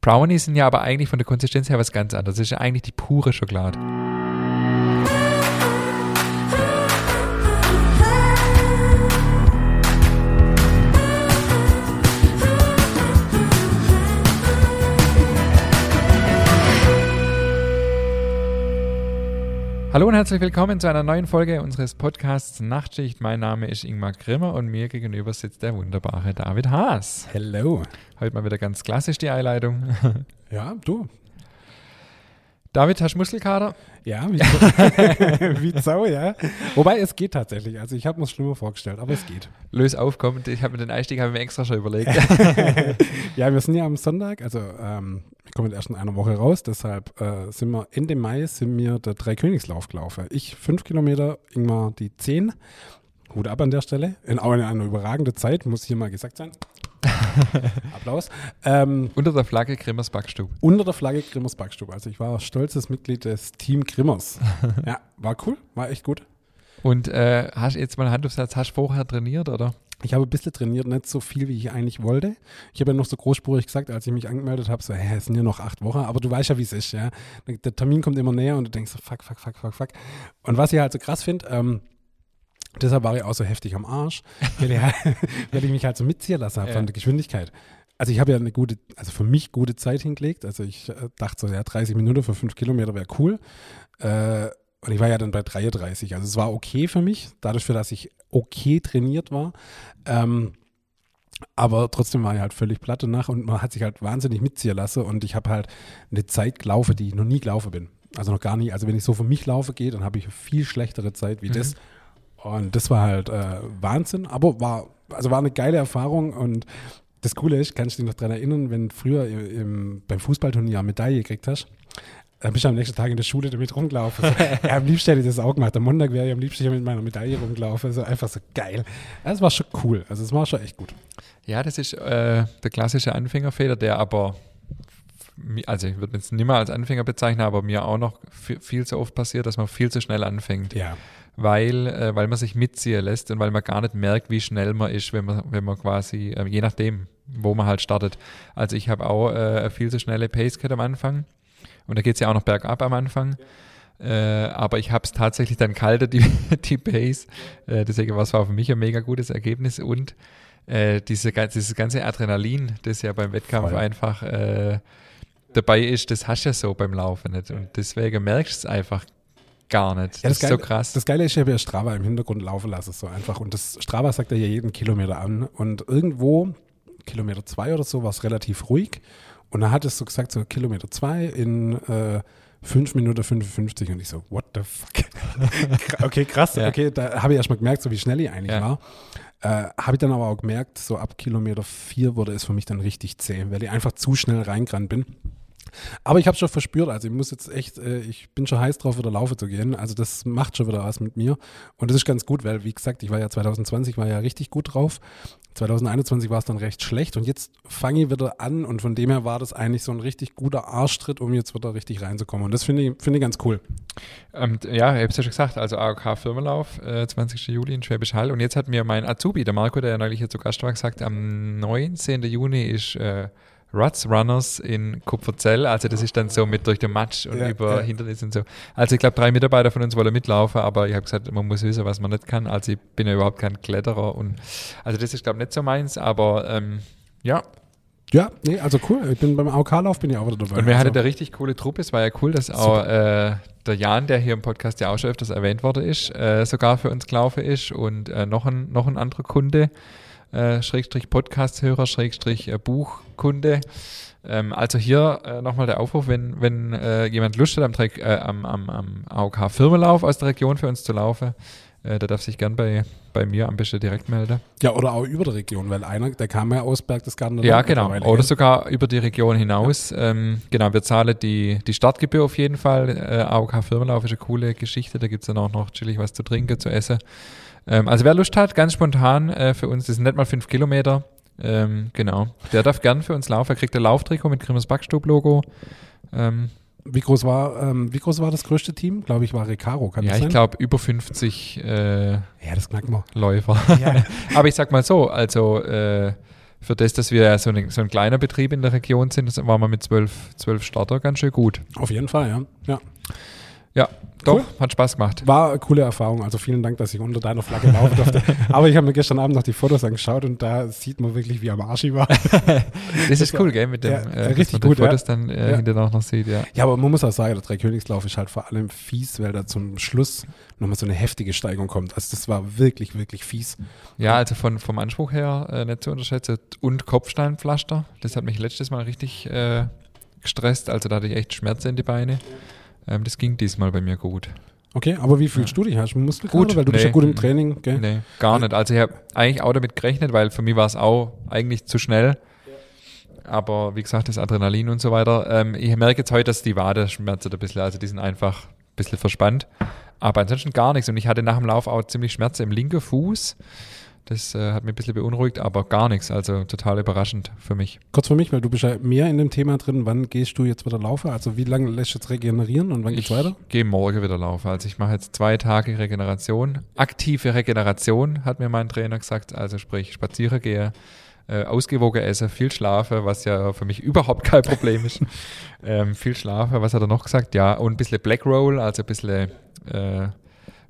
Brownies sind ja aber eigentlich von der Konsistenz her was ganz anderes. Das ist ja eigentlich die pure Schokolade. Hallo und herzlich willkommen zu einer neuen Folge unseres Podcasts Nachtschicht. Mein Name ist Ingmar Grimmer und mir gegenüber sitzt der wunderbare David Haas. Hello. Heute mal wieder ganz klassisch die Einleitung. Ja, du. David, hast du Muskelkater? Ja, wie so, wie so ja. Wobei, es geht tatsächlich. Also ich habe mir es schlimmer vorgestellt, aber es geht. Löse auf, komm, ich habe mir den Einstieg habe ich mir extra schon überlegt. Ja, wir sind ja am Sonntag, also ähm, wir kommen erst in einer Woche raus, deshalb äh, sind wir Ende Mai sind wir der Dreikönigslauf gelaufen. Ich fünf Kilometer, Ingmar die zehn. Hut ab an der Stelle. In, auch in einer überragenden Zeit, muss hier mal gesagt sein. Applaus. Ähm, Unter der Flagge Grimmers Backstube. unter der Flagge Grimmers Backstube. Also ich war stolzes Mitglied des Team Grimmers. Ja, war cool, war echt gut. Und äh, hast jetzt mal Hand aufs Herz, hast du vorher trainiert, oder? Ich habe ein bisschen trainiert, nicht so viel, wie ich eigentlich wollte. Ich habe ja noch so großspurig gesagt, als ich mich angemeldet habe, so, hä, es sind ja noch acht Wochen, aber du weißt ja, wie es ist, ja. Der Termin kommt immer näher und du denkst so, fuck, fuck, fuck, fuck, fuck. Und was ich halt so krass finde, ähm, deshalb war ich auch so heftig am Arsch, weil ich, halt, weil ich mich halt so mitziehen lassen habe Ja. von der Geschwindigkeit. Also ich habe ja eine gute, also für mich gute Zeit hingelegt. Also ich äh, dachte so, ja, 30 Minuten für fünf Kilometer wäre cool. Äh, und ich war ja dann bei 33. Also es war okay für mich, dadurch, für dass ich okay trainiert war. Ähm, aber trotzdem war ich halt völlig platt danach und man hat sich halt wahnsinnig mitziehen lassen und ich habe halt eine Zeit gelaufen, die ich noch nie gelaufen bin. Also noch gar nicht. Also wenn ich so für mich laufe gehe, dann habe ich eine viel schlechtere Zeit wie das. Und das war halt äh, Wahnsinn, aber war, also war eine geile Erfahrung und das Coole ist, kannst du dich noch daran erinnern, wenn früher im, im, beim Fußballturnier eine Medaille gekriegt hast, dann bist du am nächsten Tag in der Schule damit rumgelaufen. So, ja, am liebsten hätte ich das auch gemacht. Am Montag wäre ich am liebsten hier mit meiner Medaille rumgelaufen. Also einfach so geil. Das war schon cool. Also es war schon echt gut. Ja, das ist äh, der klassische Anfängerfehler, der aber, mi- also ich würde mich jetzt nicht mehr als Anfänger bezeichnen, aber mir auch noch vi- viel zu oft passiert, dass man viel zu schnell anfängt, Ja. weil, äh, weil man sich mitziehen lässt und weil man gar nicht merkt, wie schnell man ist, wenn man, wenn man quasi, äh, je nachdem, wo man halt startet. Also ich habe auch äh, eine viel zu schnelle Pace gehabt am Anfang und da geht es ja auch noch bergab am Anfang. Äh, aber ich habe es tatsächlich dann kalter, die, die Pace. Äh, deswegen war es für mich ein mega gutes Ergebnis. Und äh, diese, gan- dieses ganze Adrenalin, das ja beim Wettkampf Voll. einfach äh, dabei ist, das hast du ja so beim Laufen nicht. Und deswegen merkst du es einfach gar nicht. Ja, das, ist so Geile- krass. Das Geile ist, ich habe ja Strava im Hintergrund laufen lassen, so einfach. Und das Strava sagt ja hier jeden Kilometer an. Und irgendwo, Kilometer zwei oder so, war es relativ ruhig. Und dann hat es so gesagt, so Kilometer zwei in äh, 5 Minuten 55. Und ich so, what the fuck? Kr- okay, krass. Ja. Okay, da habe ich erst mal gemerkt, so wie schnell ich eigentlich Ja. war. Äh, habe ich dann aber auch gemerkt, so ab Kilometer vier wurde es für mich dann richtig zäh, weil ich einfach zu schnell reingerannt bin. Aber ich habe schon verspürt, also ich muss jetzt echt, äh, ich bin schon heiß drauf, wieder laufen zu gehen. Also das macht schon wieder was mit mir. Und das ist ganz gut, weil wie gesagt, ich war ja 2020 war ja richtig gut drauf. 2021 war es dann recht schlecht und jetzt fange ich wieder an und von dem her war das eigentlich so ein richtig guter Arschtritt, um jetzt wieder richtig reinzukommen. Und das finde ich, finde ich ganz cool. Ähm, ja, ich habe es ja schon gesagt, also AOK Firmenlauf, äh, 20. Juli in Schwäbisch Hall. Und jetzt hat mir mein Azubi, der Marco, der ja neulich hier zu Gast war, gesagt, am 19. Juni ist äh, Ruts Runners in Kupferzell. Also das ist dann so mit durch den Matsch und Ja, über ja. Hindernisse und so. Also ich glaube, drei Mitarbeiter von uns wollen mitlaufen, aber ich habe gesagt, man muss wissen, was man nicht kann. Also ich bin ja überhaupt kein Kletterer. und Also das ist, glaube ich, nicht so meins, aber ähm, ja, Ja, nee, also cool. Ich bin beim AOK-Lauf bin ich auch wieder dabei. und wir hatten da also, richtig coole Truppe. Es war ja cool, dass auch äh, der Jan, der hier im Podcast ja auch schon öfters erwähnt worden ist, äh, sogar für uns gelaufen ist und äh, noch, ein, noch ein anderer Kunde, äh, Schrägstrich Podcast-Hörer, Schrägstrich äh, Buchkunde. Ähm, also hier äh, nochmal der Aufruf, wenn, wenn äh, jemand Lust hat, am, Dreck- äh, am, am, am AOK-Firmenlauf aus der Region für uns zu laufen, äh, der darf sich gern bei, bei mir am besten direkt melden. ja, oder auch über der Region, weil einer, der kam ja aus Berchtesgaden. Ja, genau. Oder Oder sogar über die Region hinaus. Ähm, genau, wir zahlen die, die Startgebühr auf jeden Fall. Äh, AOK Firmenlauf ist eine coole Geschichte. Da gibt's dann auch noch chillig was zu trinken, zu essen. Ähm, also wer Lust hat, ganz spontan äh, für uns, das sind nicht mal fünf Kilometer. Ähm, genau. Der darf gern für uns laufen. Er kriegt ein Lauftrikot mit Grimmers Backstub-Logo. Ähm, wie, groß war, ähm, wie groß war das größte Team? Glaube ich, war Recaro, kann ja, das sein? ich glaube über 50 äh, Ja, das knacken wir. Läufer. Aber ich sag mal so, also äh, für das, dass wir ja so, ein- so ein kleiner Betrieb in der Region sind, das waren wir mit zwölf, zwölf Starter ganz schön gut. Auf jeden Fall, ja. ja. Ja, doch, Cool. hat Spaß gemacht. War eine coole Erfahrung. Also vielen Dank, dass ich unter deiner Flagge laufen durfte. Aber ich habe mir gestern Abend noch die Fotos angeschaut und da sieht man wirklich, wie am Arsch ich war. Das ist cool, gell, mit dem, ja, äh, dass richtig man die gut, ja. Fotos dann äh, Ja. hinterher auch noch sieht, ja. Ja, aber man muss auch sagen, der Dreikönigslauf ist halt vor allem fies, weil da zum Schluss nochmal so eine heftige Steigung kommt. Also das war wirklich, wirklich fies. Ja, also von, vom Anspruch her äh, nicht zu unterschätzen. Und Kopfsteinpflaster, das hat mich letztes Mal richtig äh, gestresst. Also da hatte ich echt Schmerzen in die Beine. Ähm, das ging diesmal bei mir gut. Okay, aber wie fühlst du dich? Hast du Muskelkater? Gut, Weil du bist nee. ja gut im Training, gell? Nee, gar nicht. Also ich habe eigentlich auch damit gerechnet, weil für mich war es auch eigentlich zu schnell. Aber wie gesagt, das Adrenalin und so weiter. Ähm, ich merke jetzt heute, dass die Wade schmerzt ein bisschen. Also die sind einfach ein bisschen verspannt. Aber ansonsten gar nichts. Und ich hatte nach dem Lauf auch ziemlich Schmerzen im linken Fuß. Das äh, hat mich ein bisschen beunruhigt, aber gar nichts. Also total überraschend für mich. Kurz für mich, weil du bist ja mehr in dem Thema drin. Wann gehst du jetzt wieder laufen? Also wie lange lässt du jetzt regenerieren und wann geht's Ich weiter? gehe morgen wieder laufen. Also ich mache jetzt zwei Tage Regeneration. Aktive Regeneration, hat mir mein Trainer gesagt. Also sprich, spazieren gehe, äh, ausgewogen esse, viel schlafe, was ja für mich überhaupt kein Problem ist. ähm, viel schlafe, was hat er noch gesagt? Ja, und ein bisschen Black Roll, also ein bisschen... Äh,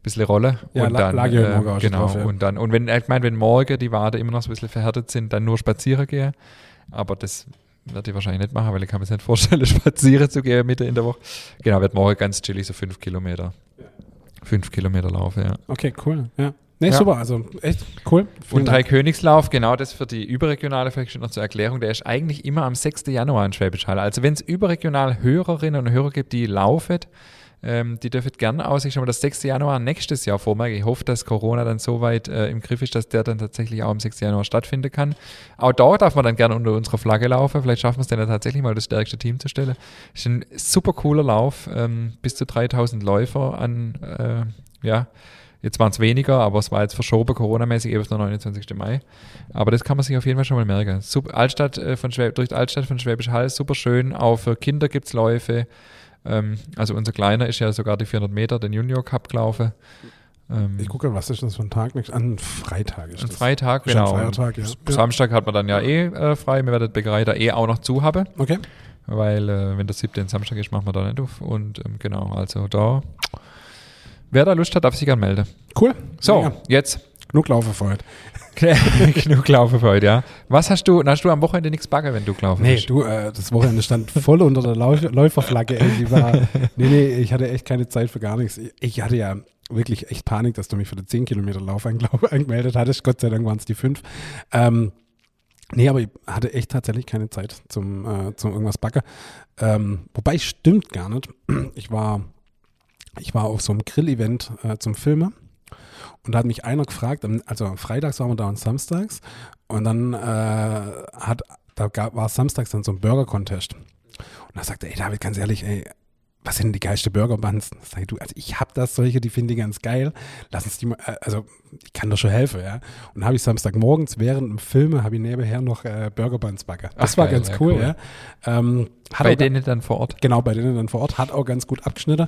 Bisschen Rolle Ja, und la- dann lag ich heute Morgen auch schon genau drauf, ja. und dann und wenn ich meine wenn morgen die Wade immer noch so ein bisschen verhärtet sind dann nur spazieren gehe aber das werde ich wahrscheinlich nicht machen weil ich kann mir das nicht vorstellen spazieren zu gehen mitten in der Woche Genau, wird morgen ganz chillig, so fünf Kilometer. Fünf Kilometer Laufe, ja. Okay, cool. Ja. Nee, Ja. super. Also echt cool. Vielen Und Dank. Dreikönigslauf, genau das für die überregionale vielleicht schon noch zur Erklärung, der ist eigentlich immer am 6. Januar in Schwäbisch Hall. Also wenn es überregional Hörerinnen und Hörer gibt, die laufen, ähm, die dürfen gerne aus sich schon mal das 6. Januar nächstes Jahr vormerken. Ich hoffe, dass Corona dann so weit äh, im Griff ist, dass der dann tatsächlich auch am 6. Januar stattfinden kann. Auch dort darf man dann gerne unter unserer Flagge laufen. Vielleicht schaffen wir es dann ja tatsächlich mal, das stärkste Team zu stellen. Ist ein super cooler Lauf. Ähm, bis zu 3000 Läufer an, äh, ja, Jetzt waren es weniger, aber es war jetzt verschoben, Corona-mäßig eben der 29. Mai. Aber das kann man sich auf jeden Fall schon mal merken. Sub Altstadt äh, von Schwäb durch die Altstadt von Schwäbisch Hall, super schön. Auch für Kinder gibt es Läufe. Ähm, also unser Kleiner ist ja sogar die 400 Meter, den Junior Cup gelaufen. Ähm, Ich gucke, was ist das für ein Tag? Nix- An Freitag ist am das. Freitag, Ist ein genau. Feiertag, ja. Samstag hat man dann ja eh äh, frei. Mir werdet Bäckerei da eh auch noch zu haben. Okay. Weil, äh, wenn der siebte ein Samstag ist, machen wir da nicht auf. Und ähm, genau, also da. Wer da Lust hat, darf sich gerne melden. Cool. So, Ja, jetzt. genug Laufen für heute. Genug laufen für heute, ja. Was hast du, hast du am Wochenende nichts backen, wenn du gelaufen Nee, bist? du, äh, das Wochenende stand voll unter der Lau Läuferflagge. Ey, die war, nee, nee, ich hatte echt keine Zeit für gar nichts. Ich, ich hatte ja wirklich echt Panik, dass du mich für den 10 Kilometer Lauf anglau- angemeldet hattest. Gott sei Dank waren es die fünf. Ähm, nee, aber ich hatte echt tatsächlich keine Zeit zum, äh, zum irgendwas backen. Ähm, wobei, stimmt gar nicht. Ich war, ich war auf so einem Grill-Event äh, zum Filmen. Und da hat mich einer gefragt, am- also freitags waren wir da und samstags. Und dann äh, hat, da gab, war samstags dann so ein Burger-Contest. Und da sagte, ey David, ganz ehrlich, ey, was sind denn die geilste Burger-Buns? Da Sag ich, du, also ich hab das solche, die finde ich ganz geil. Lass uns die mal, äh, also ich kann doch schon helfen, ja. Und habe ich Samstagmorgens während dem Filme, habe ich nebenher noch äh, Burger-Buns backe. Das Ach, war geil, ganz ja, cool, cool. ja. Ähm, hat Bei auch- denen dann vor Ort. Genau, bei denen dann vor Ort. Hat auch ganz gut abgeschnitten.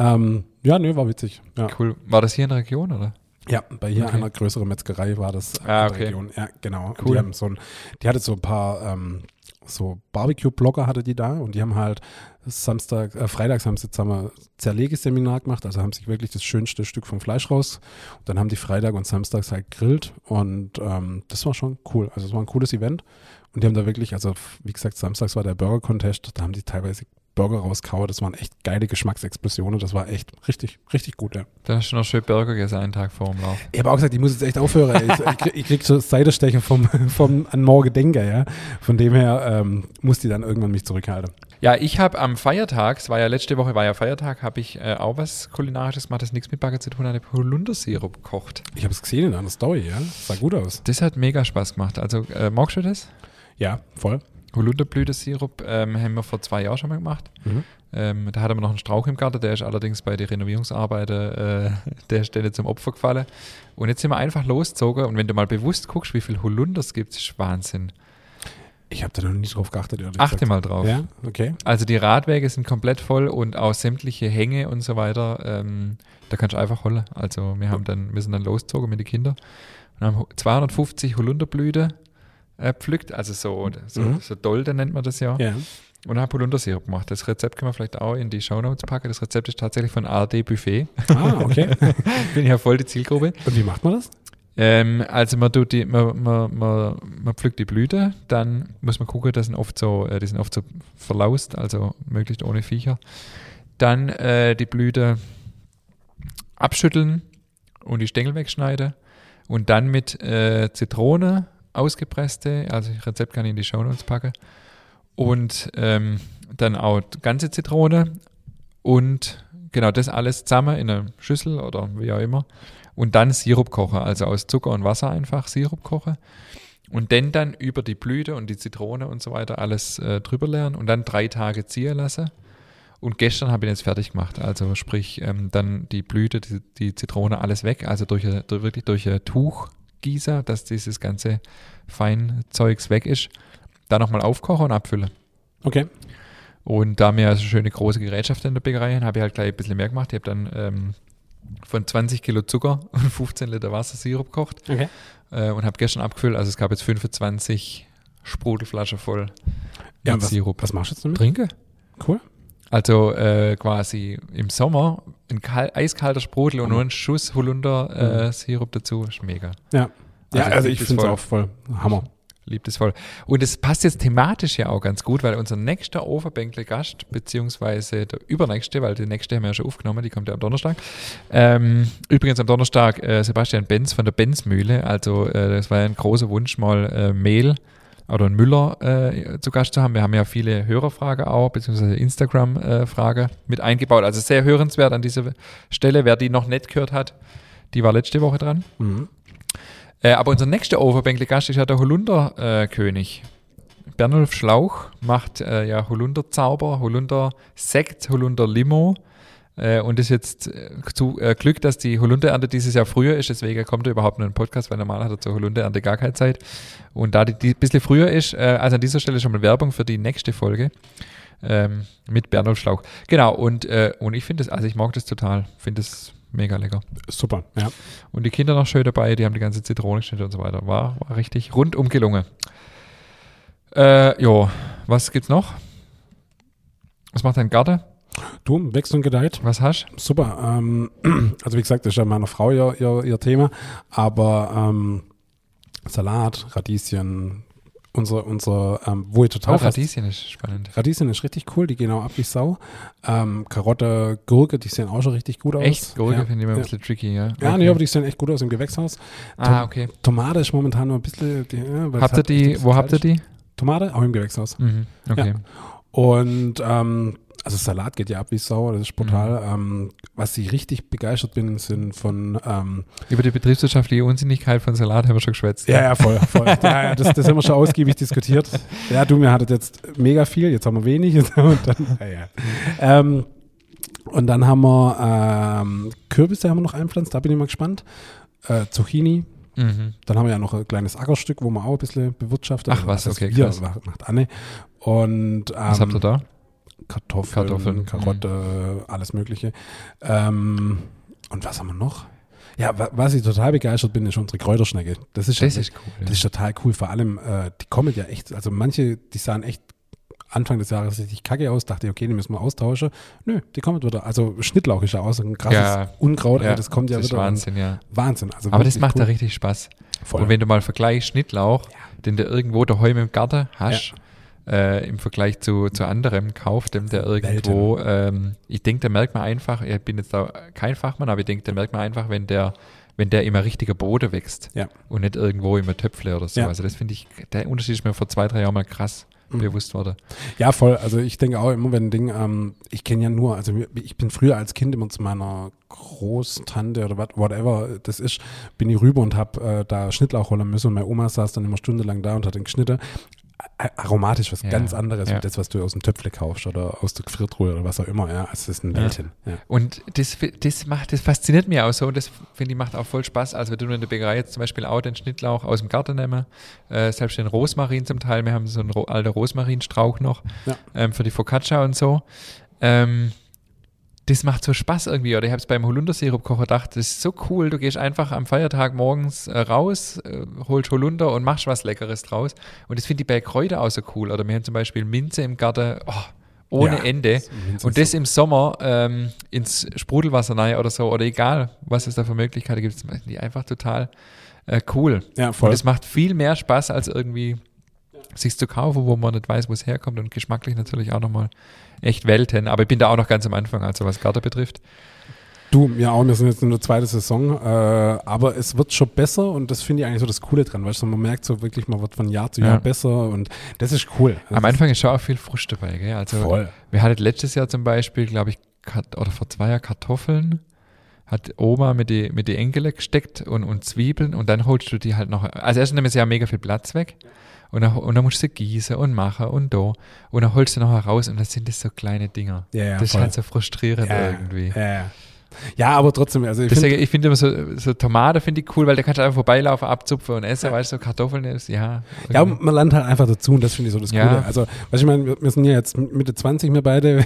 Ähm, ja, nö, war witzig. Ja, Cool. War das hier in der Region, oder? ja bei hier Okay. einer größeren Metzgerei war das Ah, in der okay. Region. Ja, genau. Cool. Die, haben so ein, die hatte so ein paar ähm, so Barbecue-Blogger hatte die da und die haben halt Samstag, äh, Freitags haben sie zusammen Zerlegeseminar gemacht, also haben sich wirklich das schönste Stück vom Fleisch raus. Und dann haben die Freitag und Samstags halt grillt und ähm, das war schon cool. Also es war ein cooles Event und die haben da wirklich, also f- wie gesagt, Samstags war der Burger Contest, da haben die teilweise Burger rausgehauen, das waren echt geile Geschmacksexplosionen, das war echt richtig, richtig gut, ja. Dann hast du noch schön Burger gegessen, einen Tag vor dem Lauf. Ich habe auch gesagt, ich muss jetzt echt aufhören. ey. Ich, ich, krieg- ich krieg so Seitenstecher vom, vom an morgen Denker, ja. Von dem her ähm, muss die dann irgendwann mich zurückhalten. Ja, ich habe am Feiertag, es war ja letzte Woche, war ja Feiertag, habe ich äh, auch was Kulinarisches gemacht, das nichts mit Backen zu tun hatte, Holundersirup gekocht. Ich habe es gesehen in einer Story, ja. Sah gut aus. Das hat mega Spaß gemacht. Also, äh, magst du das? Ja, voll. Holunderblütesirup ähm, haben wir vor zwei Jahren schon mal gemacht. Mhm. Ähm, da hatte man noch einen Strauch im Garten, der ist allerdings bei den Renovierungsarbeiten äh, der Stelle zum Opfer gefallen. Und jetzt sind wir einfach losgezogen. Und wenn du mal bewusst guckst, wie viel Holunders gibt, ist Wahnsinn. Ich habe da noch nie drauf geachtet. ehrlich Achte gesagt. mal drauf. Ja, okay. Also die Radwege sind komplett voll und auch sämtliche Hänge und so weiter. Ähm, da kannst du einfach holen. Also wir haben dann, wir sind dann losgezogen mit den Kindern und haben 250 Holunderblüte äh, pflückt, also so, so, Mhm. so Dolde nennt man das ja. Ja. Und habe Holundersirup gemacht. Das Rezept können wir vielleicht auch in die Shownotes packen. Das Rezept ist tatsächlich von ARD Buffet. Ah, okay. Bin ja voll die Zielgruppe. Und wie macht man das? Ähm, also man tut die, man, man, man, man pflückt die Blüte, dann muss man gucken, das sind oft so, äh, die sind oft so verlaust, also möglichst ohne Viecher. Dann äh, die Blüte abschütteln und die Stängel wegschneiden und dann mit äh, Zitrone ausgepresste, also das Rezept kann ich in die Shownotes packen und ähm, dann auch die ganze Zitrone und genau das alles zusammen in einer Schüssel oder wie auch immer und dann Sirup koche, also aus Zucker und Wasser einfach Sirup koche und dann dann über die Blüte und die Zitrone und so weiter alles äh, drüber leeren und dann drei Tage ziehen lasse. Und gestern habe ich das fertig gemacht, also sprich ähm, dann die Blüte, die, die Zitrone, alles weg, also durch, ein- durch, wirklich durch ein Tuch gieße, dass dieses ganze Feinzeugs weg ist, dann nochmal aufkoche und abfülle. Okay. Und da wir so schöne große Gerätschaft in der Bäckerei haben, habe ich halt gleich ein bisschen mehr gemacht. Ich habe dann ähm, von 20 Kilo Zucker und 15 Liter Wassersirup gekocht Okay. äh, und habe gestern abgefüllt. Also es gab jetzt 25 Sprudelflasche voll Ja, mit was, Sirup. was machst du jetzt damit? Trinke. Cool. Also äh, quasi im Sommer ein kal eiskalter Sprudel und Mhm. nur ein Schuss Holunder äh, Sirup dazu. Ist mega. Ja, Also, also ich ich lieb finde es das auch voll Hammer. Liebt es voll. Und es passt jetzt thematisch ja auch ganz gut, weil unser nächster Overbänkle-Gast, beziehungsweise der übernächste, weil die nächste haben wir ja schon aufgenommen, die kommt ja am Donnerstag. Ähm, übrigens am Donnerstag äh, Sebastian Benz von der Benzmühle. Also äh, das war ja ein großer Wunsch, mal äh, Mehl oder einen Müller äh, zu Gast zu haben. Wir haben ja viele Hörerfragen auch, beziehungsweise Instagram-Frage mit eingebaut. Also sehr hörenswert an dieser Stelle. Wer die noch nicht gehört hat, die war letzte Woche dran. Mhm. Äh, aber unser nächster Overbänkle-Gast ist ja der Holunder-König. Bernulf Schlauch macht äh, ja Holunder-Zauber, Holunder-Sekt, Holunder-Limo. Äh, und ist jetzt äh, zu äh, Glück, dass die Holunderernte dieses Jahr früher ist. Deswegen kommt er überhaupt nur in den Podcast, weil normal hat er zur Holunderernte gar keine Zeit. Und da die, die ein bisschen früher ist, äh, also an dieser Stelle schon mal Werbung für die nächste Folge ähm, mit Bernulf Schlauch. Genau, und, äh, und ich finde das, also ich mag das total. Finde das mega lecker. Super. Ja. Und die Kinder noch schön dabei, die haben die ganze Zitrone geschnitten und so weiter. War, war richtig rundum gelungen. Äh, jo, was gibt's noch? Was macht dein Garten? Du, wächst und gedeiht. Was hast Super. Ähm, also wie gesagt, das ist ja meiner Frau ihr, ihr, ihr Thema. Aber ähm, Salat, Radieschen, unser, unser ähm, wo ihr du? Oh, total fast- Radieschen ist spannend. Radieschen ist richtig cool, die gehen auch ab wie Sau. Ähm, Karotte, Gurke, die sehen auch schon richtig gut aus. Echt? Gurke ja. finde ich immer ein ja. bisschen tricky, ja. Ja, Okay. nee, aber die sehen echt gut aus im Gewächshaus. ah, okay. Tomate ist momentan noch ein bisschen. Die, ja, Habt weil es ihr halt echt ein die, bisschen wo kalt habt ihr ist. die? Tomate? Auch im Gewächshaus. Mhm. Okay. Und ähm, also Salat geht ja ab wie Sau, das ist brutal. Mhm. Ähm, was ich richtig begeistert bin, sind von ähm, Über die betriebswirtschaftliche Unsinnigkeit von Salat haben wir schon geschwätzt. ja, ja, voll, voll. ja, ja, das, das haben wir schon ausgiebig diskutiert. Ja, du, mir hattet jetzt mega viel, jetzt haben wir wenig. Jetzt haben wir dann, ja, ja. Ähm, und dann haben wir ähm, Kürbisse haben wir noch einpflanzt, da bin ich mal gespannt. Äh, Zucchini, Mhm. Dann haben wir ja noch ein kleines Ackerstück, wo wir auch ein bisschen bewirtschaftet. Ach was, heißt okay, wir, krass. macht macht Anne. Und ähm, Was habt ihr da? Kartoffeln, Kartoffeln, mhm. Karotte, alles Mögliche. Ähm, und was haben wir noch? Ja, wa- was ich total begeistert bin, ist unsere Kräuterschnecke. Das ist, Das ist cool. ja. das ist total cool. Vor allem, äh, die kommen ja echt, also manche, die sahen echt Anfang des Jahres richtig kacke aus. Dachte ich, okay, die müssen wir austauschen. Nö, die kommen wieder. Also Schnittlauch ist ja auch so ein krasses Ja. Unkraut, Ja, aber das kommt ja das ist wieder. Wahnsinn, ja. Wahnsinn. Also Aber das wirklich macht cool. da richtig Spaß. Voll. Und wenn du mal vergleichst Schnittlauch, den du irgendwo daheim im Garten hast, äh, im Vergleich zu, zu anderem Kauf, dem der irgendwo, ähm, ich denke, da merkt man einfach, ich bin jetzt da kein Fachmann, aber ich denke, da merkt man einfach, wenn der, wenn der immer richtiger Boden wächst Ja. und nicht irgendwo immer Töpfle oder so. Ja. Mhm. Also das finde ich, der Unterschied ist mir vor zwei, drei Jahren mal krass bewusst worden. Ja, voll. Also ich denke auch immer, wenn ein Ding, ähm, ich kenne ja nur, also mir- ich bin früher als Kind immer zu meiner Großtante oder wat- whatever das ist, bin ich rüber und hab äh, da Schnittlauch holen müssen und meine Oma saß dann immer stundenlang da und hat den geschnitten. A- Aromatisch was Ja, ganz anderes ja. wie das, was du aus dem Töpfle kaufst oder aus der Gefriertruhe oder was auch immer. Ja, also das ist ein Ja. Welten. Ja. Und das, fi- das macht, das fasziniert mich auch so und das finde ich macht auch voll Spaß. Also wir tun in der Bäckerei jetzt zum Beispiel auch den Schnittlauch aus dem Garten nehmen, äh, selbst den Rosmarin zum Teil. Wir haben so einen ro alten Rosmarinstrauch noch Ja. ähm, für die Focaccia und so. Ähm, das macht so Spaß irgendwie. Oder ich habe es beim Holundersirupkocher gedacht, das ist so cool. Du gehst einfach am Feiertag morgens äh, raus, äh, holst Holunder und machst was Leckeres draus. Und das finde ich bei Kräuter auch so cool. Oder wir haben zum Beispiel Minze im Garten. Oh, ohne Ja, Ende. das- Minze Und das ist im Sommer ähm, ins Sprudelwasser rein oder so, oder egal, was es da für Möglichkeiten gibt, das machen die einfach total äh, cool. Ja, voll. Und es macht viel mehr Spaß, als irgendwie sich zu kaufen, wo man nicht weiß, wo es herkommt und geschmacklich natürlich auch nochmal echt Welten. Aber ich bin da auch noch ganz am Anfang, also was Garten betrifft. Du, ja auch, wir sind jetzt in der zweiten Saison, äh, aber es wird schon besser und das finde ich eigentlich so das Coole dran, weil so, man merkt so wirklich, man wird von Jahr zu Jahr Ja. besser und das ist cool. Das Am Anfang ist schon auch viel Frust dabei, gell? ist Also voll. wir hatten letztes Jahr zum Beispiel, glaube ich, Kat oder vor zwei Jahren Kartoffeln. Hat Oma mit die, mit die Enkele gesteckt und, und Zwiebeln und dann holst du die halt noch. Also erst nimmst du ja mega viel Platz weg. Und dann, und dann musst du sie gießen und machen und da. Und dann holst du noch heraus und das sind das so kleine Dinger. Ja, ja, das ist voll. halt so frustrierend ja, irgendwie. Äh, Ja, ja. ja, aber trotzdem, also ich finde, Deswegen, ich finde immer so, so Tomate finde ich cool, weil da kannst du einfach vorbeilaufen, abzupfen und essen, weißt du, so Kartoffeln ist, ja. ja, man lernt halt einfach dazu und das finde ich so das Ja. Coole. Also, was ich meine, wir, wir sind ja jetzt Mitte 20, wir beide.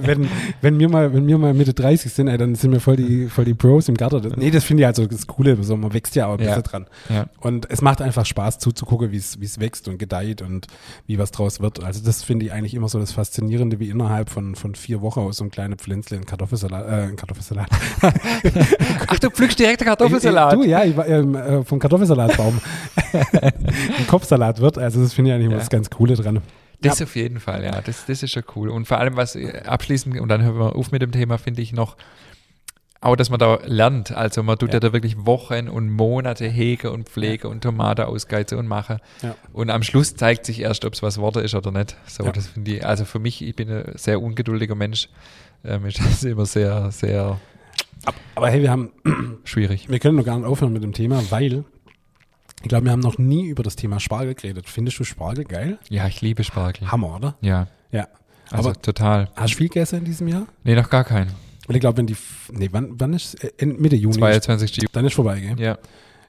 wenn, wenn, wir mal, wenn wir mal Mitte 30 sind, ey, dann sind wir voll die, voll die Pros im Garten. Das, nee, das finde ich halt so das Coole, so, man wächst ja auch ein Ja. bisschen dran. ja. Und es macht einfach Spaß zuzugucken, wie es wie es wächst und gedeiht und wie was draus wird. Also das finde ich eigentlich immer so das Faszinierende, wie innerhalb von, von vier Wochen aus so einem kleinen Pflänzle ein Kartoffelsalat, äh, ein Kartoffelsalat. Ach, du pflückst direkt den Kartoffelsalat. Du, ja, ich war, ähm, äh, vom Kartoffelsalatbaum ein Kopfsalat wird. Also das finde ich eigentlich immer Ja. das ganz Coole dran. Das auf jeden Fall, ja. Das, das ist schon cool. Und vor allem, was äh, abschließend, und dann hören wir auf mit dem Thema, finde ich noch, auch, dass man da lernt. Also man tut ja, Ja. da wirklich Wochen und Monate hege und Pflege und Tomate ausgeizen und mache. Ja. Und am Schluss zeigt sich erst, ob es was Worte ist oder nicht. So, Ja. das finde ich, also für mich, ich bin ein sehr ungeduldiger Mensch. Ähm, ist das immer sehr, sehr Aber hey, wir haben, schwierig. wir können noch gar nicht aufhören mit dem Thema, weil ich glaube, wir haben noch nie über das Thema Spargel geredet. Findest du Spargel geil? Ja, ich liebe Spargel. Hammer, oder? Ja, Ja. also Aber- total. Hast du viel gegessen in diesem Jahr? Nee, noch gar keinen. Weil ich glaube, wenn die, F- nee, wann, wann ist, äh, in- Mitte Juni. 22. Juli. Dann ist vorbei, gell? Ja,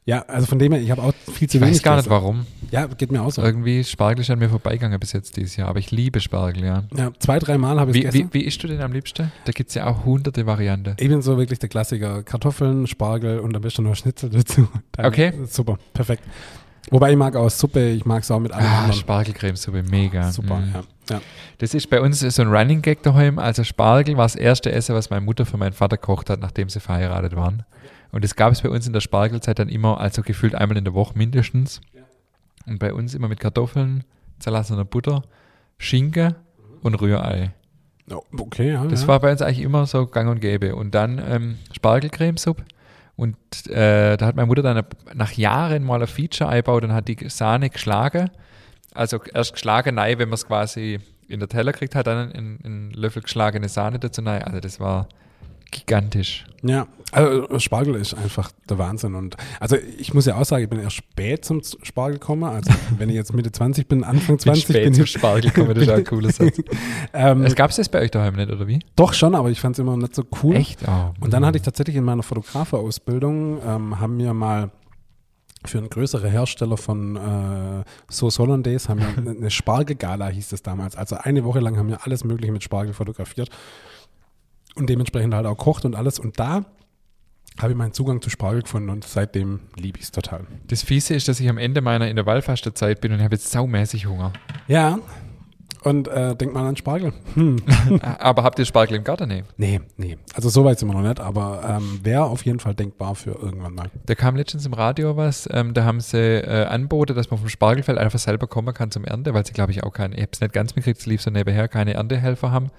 Ja, also von dem her, ich habe auch viel zu ich wenig. weiß gar nicht gegessen. warum. Ja, geht mir auch so. Irgendwie Spargel ist an mir vorbeigegangen bis jetzt dieses Jahr, aber ich liebe Spargel, ja. Ja, zwei, drei Mal habe ich Wie, es wie, gegessen. wie isst du denn am liebsten? Da gibt es ja auch hunderte Varianten. Ich bin so wirklich der Klassiker. Kartoffeln, Spargel und am besten noch Schnitzel dazu. Dann- Okay. Super, perfekt. Wobei ich mag auch Suppe, ich mag es auch mit allem Ah, anderen. Spargelcremesuppe, mega. Ah, Super, Mm. ja. ja. Das ist bei uns so ein Running Gag daheim. Also Spargel war das erste Essen, was meine Mutter für meinen Vater gekocht hat, nachdem sie verheiratet waren. Und das gab es bei uns in der Spargelzeit dann immer, also gefühlt einmal in der Woche mindestens. Und bei uns immer mit Kartoffeln, zerlassener Butter, Schinken und Rührei. Oh, Okay, ja. Das ja. war bei uns eigentlich immer so gang und gäbe. Und dann ähm, Spargelcremesuppe. Und äh, da hat meine Mutter dann nach Jahren mal ein Feature eingebaut und hat die Sahne geschlagen. Also erst geschlagen, nein, wenn man es quasi in der Teller kriegt, hat dann einen, einen Löffel geschlagene Sahne dazu. Nein, also das war gigantisch. Ja, also Spargel ist einfach der Wahnsinn. Und also ich muss ja auch sagen, ich bin erst spät zum Z- Spargel gekommen. Also wenn ich jetzt Mitte 20 bin, Anfang 20 bin, ich. Spargel kommen, das ist auch ein cooler Satz. Ähm, Es gab es das bei euch daheim nicht, oder wie? doch schon, aber ich fand es immer nicht so cool. Echt? Oh, Und dann hatte ich tatsächlich in meiner Fotograferausbildung, ähm, haben wir mal für einen größeren Hersteller von äh, Sauce Hollandaise, haben wir eine Spargelgala, hieß es damals. Also eine Woche lang haben wir alles Mögliche mit Spargel fotografiert und dementsprechend halt auch kocht und alles. Und da habe ich meinen Zugang zu Spargel gefunden und seitdem liebe ich es total. Das Fiese ist, dass ich am Ende meiner Intervallfastenzeit bin und habe jetzt saumäßig Hunger. Ja, und äh, denk mal an Spargel. Hm. Aber habt ihr Spargel im Garten? Nee. Nee, nee. Also so weit sind wir noch nicht, aber ähm, wäre auf jeden Fall denkbar für irgendwann mal. Da kam letztens im Radio was, ähm, da haben sie äh, Anbote, dass man vom Spargelfeld einfach selber kommen kann zum Ernte, weil sie, glaube ich, auch keine, ich habe es nicht ganz mitgekriegt, es lief so nebenher, keine Erntehelfer haben.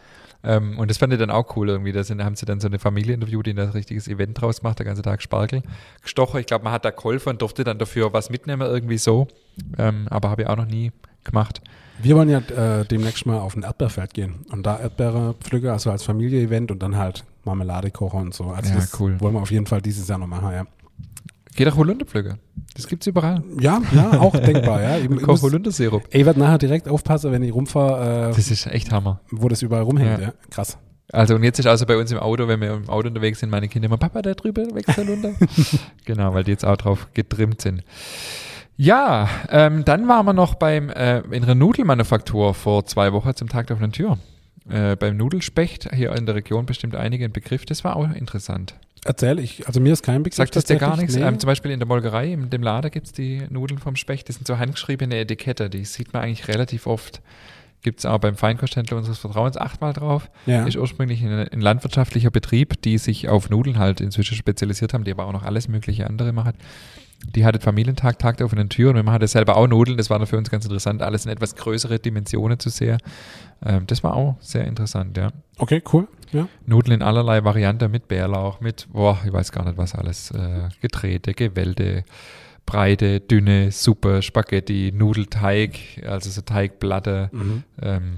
Ähm, und das fand ich dann auch cool irgendwie. Da sind, haben sie dann so eine Familie interviewt, die ein richtiges Event draus macht, der ganze Tag Spargel gestochen. Ich glaube, man hat da geholfen und durfte dann dafür was mitnehmen, irgendwie so. Ähm, aber habe ich auch noch nie gemacht. Wir wollen ja äh, demnächst mal auf ein Erdbeerfeld gehen und da Erdbeere pflücke, also als Familie-Event und dann halt Marmelade kochen und so. Also Ja, das cool. wollen wir auf jeden Fall dieses Jahr noch machen, ja. Geht auch Holunderpflücke. Das gibt's überall. Ja, ja, auch denkbar, ja. Ich, ich, Koch muss, Holundersirup. ich werde nachher direkt aufpassen, wenn ich rumfahre, äh, Das ist echt Hammer. wo das überall rumhängt, Ja. ja. Krass. Also und jetzt ist also bei uns im Auto, wenn wir im Auto unterwegs sind, meine Kinder immer, Papa, da drüben wächst der Lunder. genau, weil die jetzt auch drauf getrimmt sind. Ja, ähm, dann waren wir noch beim äh, in einer Nudelmanufaktur vor zwei Wochen zum Tag der offenen Tür. äh, beim Nudelspecht, hier in der Region bestimmt einige ein Begriff, das war auch interessant. Erzähl ich, also mir ist kein Begriff. Sagt das dir gar nichts? tatsächlich, Ähm, zum Beispiel in der Molkerei, in dem Lader gibt es die Nudeln vom Specht, das sind so handgeschriebene Etikette, die sieht man eigentlich relativ oft. Gibt es auch beim Feinkosthändler unseres Vertrauens achtmal drauf. nee. ja. Ist ursprünglich ein, ein landwirtschaftlicher Betrieb, die sich auf Nudeln halt inzwischen spezialisiert haben, die aber auch noch alles mögliche andere machen. Die hatte Familientag, Tag der offenen Tür und wir hatten selber auch Nudeln. Das war dann für uns ganz interessant, alles in etwas größere Dimensionen zu sehen. Ähm, das war auch sehr interessant, ja. Okay, cool. Ja. Nudeln in allerlei Varianten mit Bärlauch, mit, boah, ich weiß gar nicht was alles, äh, Getrete, Gewälte, Breite, Dünne, Suppe, Spaghetti, Nudelteig, also so Teigplatte. Ähm,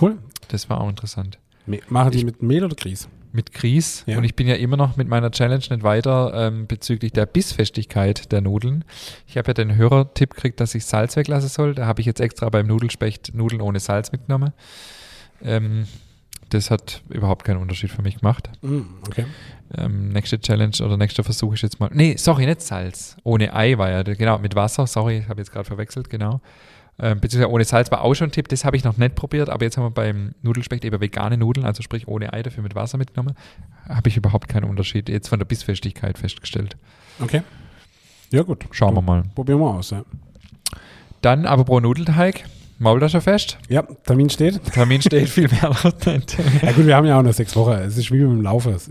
Cool. das war auch interessant. Me machen die mit Mehl oder Grieß? mit Grieß Ja. und ich bin ja immer noch mit meiner Challenge nicht weiter ähm, bezüglich der Bissfestigkeit der Nudeln. Ich habe ja den Hörertipp gekriegt, dass ich Salz weglassen soll. Da habe ich jetzt extra beim Nudelspecht Nudeln ohne Salz mitgenommen. Ähm, das hat überhaupt keinen Unterschied für mich gemacht. Mhm, okay. Ähm, nächste Challenge oder nächster Versuch ist jetzt mal. Nee, sorry, nicht Salz. Ohne Ei war ja, genau, mit Wasser, sorry, ich habe jetzt gerade verwechselt, genau. Ähm, beziehungsweise ohne Salz war auch schon ein Tipp, das habe ich noch nicht probiert, aber jetzt haben wir beim Nudelspecht eben vegane Nudeln, also sprich ohne Ei, dafür mit Wasser mitgenommen. Habe ich überhaupt keinen Unterschied jetzt von der Bissfestigkeit festgestellt. Okay. Ja, gut. Schauen wir mal. Probieren wir aus. Ja, Dann aber pro Nudelteig, Maultaschefest. ja Termin steht. Termin steht viel mehr noch nicht. Ja, gut, wir haben ja auch noch sechs Wochen. Es ist wie mit dem Laufe. Es-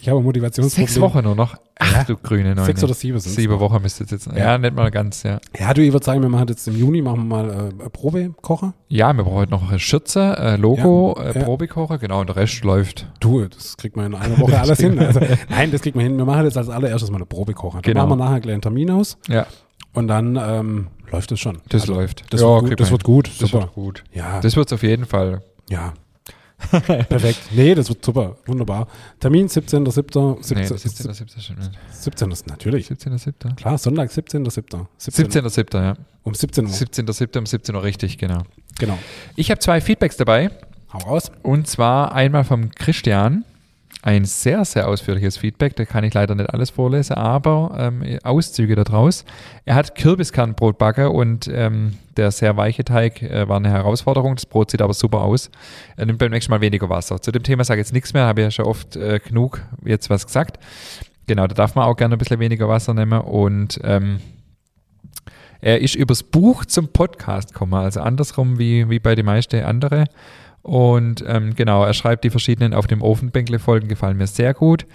Ich habe ein Motivationsproblem. Sechs Wochen nur noch. Ach du grüne Neune. Sechs oder sieben sind's Sieben noch. Wochen müsste es jetzt. Ja. ja, nicht mal ganz, ja. Ja, du, ich würde sagen, wir machen jetzt im Juni machen wir mal äh, eine Probekocher. Ja, wir brauchen heute noch eine Schürze, äh, Logo, Ja, äh, ja. Probekocher, genau, und der Rest läuft. Du, das kriegt man in einer Woche alles hin. Also, nein, das kriegt man hin. Wir machen jetzt als allererstes mal eine Probekocher. Genau. Dann machen wir nachher gleich einen Termin aus Ja, und dann ähm, läuft es schon. das Also, läuft. Das, ja, wird, kriegt man gut, hin. Das das wird gut. Super. wird gut. Ja, Das wird's auf jeden Fall. ja. Perfekt. Nee, das wird super. Wunderbar. Termin 17.07. 17, Nee, 17. 17. schon, ne? 17. ist natürlich. 17. 7. Klar, Sonntag, 17.07. 17. 7. ja. Um 17 Uhr. 17. 7. um 17 Uhr, richtig, genau. Genau. Ich habe zwei Feedbacks dabei. Hau aus. Und zwar einmal vom Christian. Ein sehr, sehr ausführliches Feedback. Da kann ich leider nicht alles vorlesen, aber ähm, Auszüge daraus. Er hat Kürbiskernbrotbacke und ähm, der sehr weiche Teig äh, war eine Herausforderung. Das Brot sieht aber super aus. Er nimmt beim nächsten Mal weniger Wasser. Zu dem Thema sage ich jetzt nichts mehr, habe ja schon oft äh, genug jetzt was gesagt. Genau, da darf man auch gerne ein bisschen weniger Wasser nehmen und ähm, er ist übers Buch zum Podcast gekommen, also andersrum wie, wie bei den meisten anderen. Und ähm, genau, er schreibt, die verschiedenen auf dem Ofenbänkle-Folgen gefallen mir sehr gut.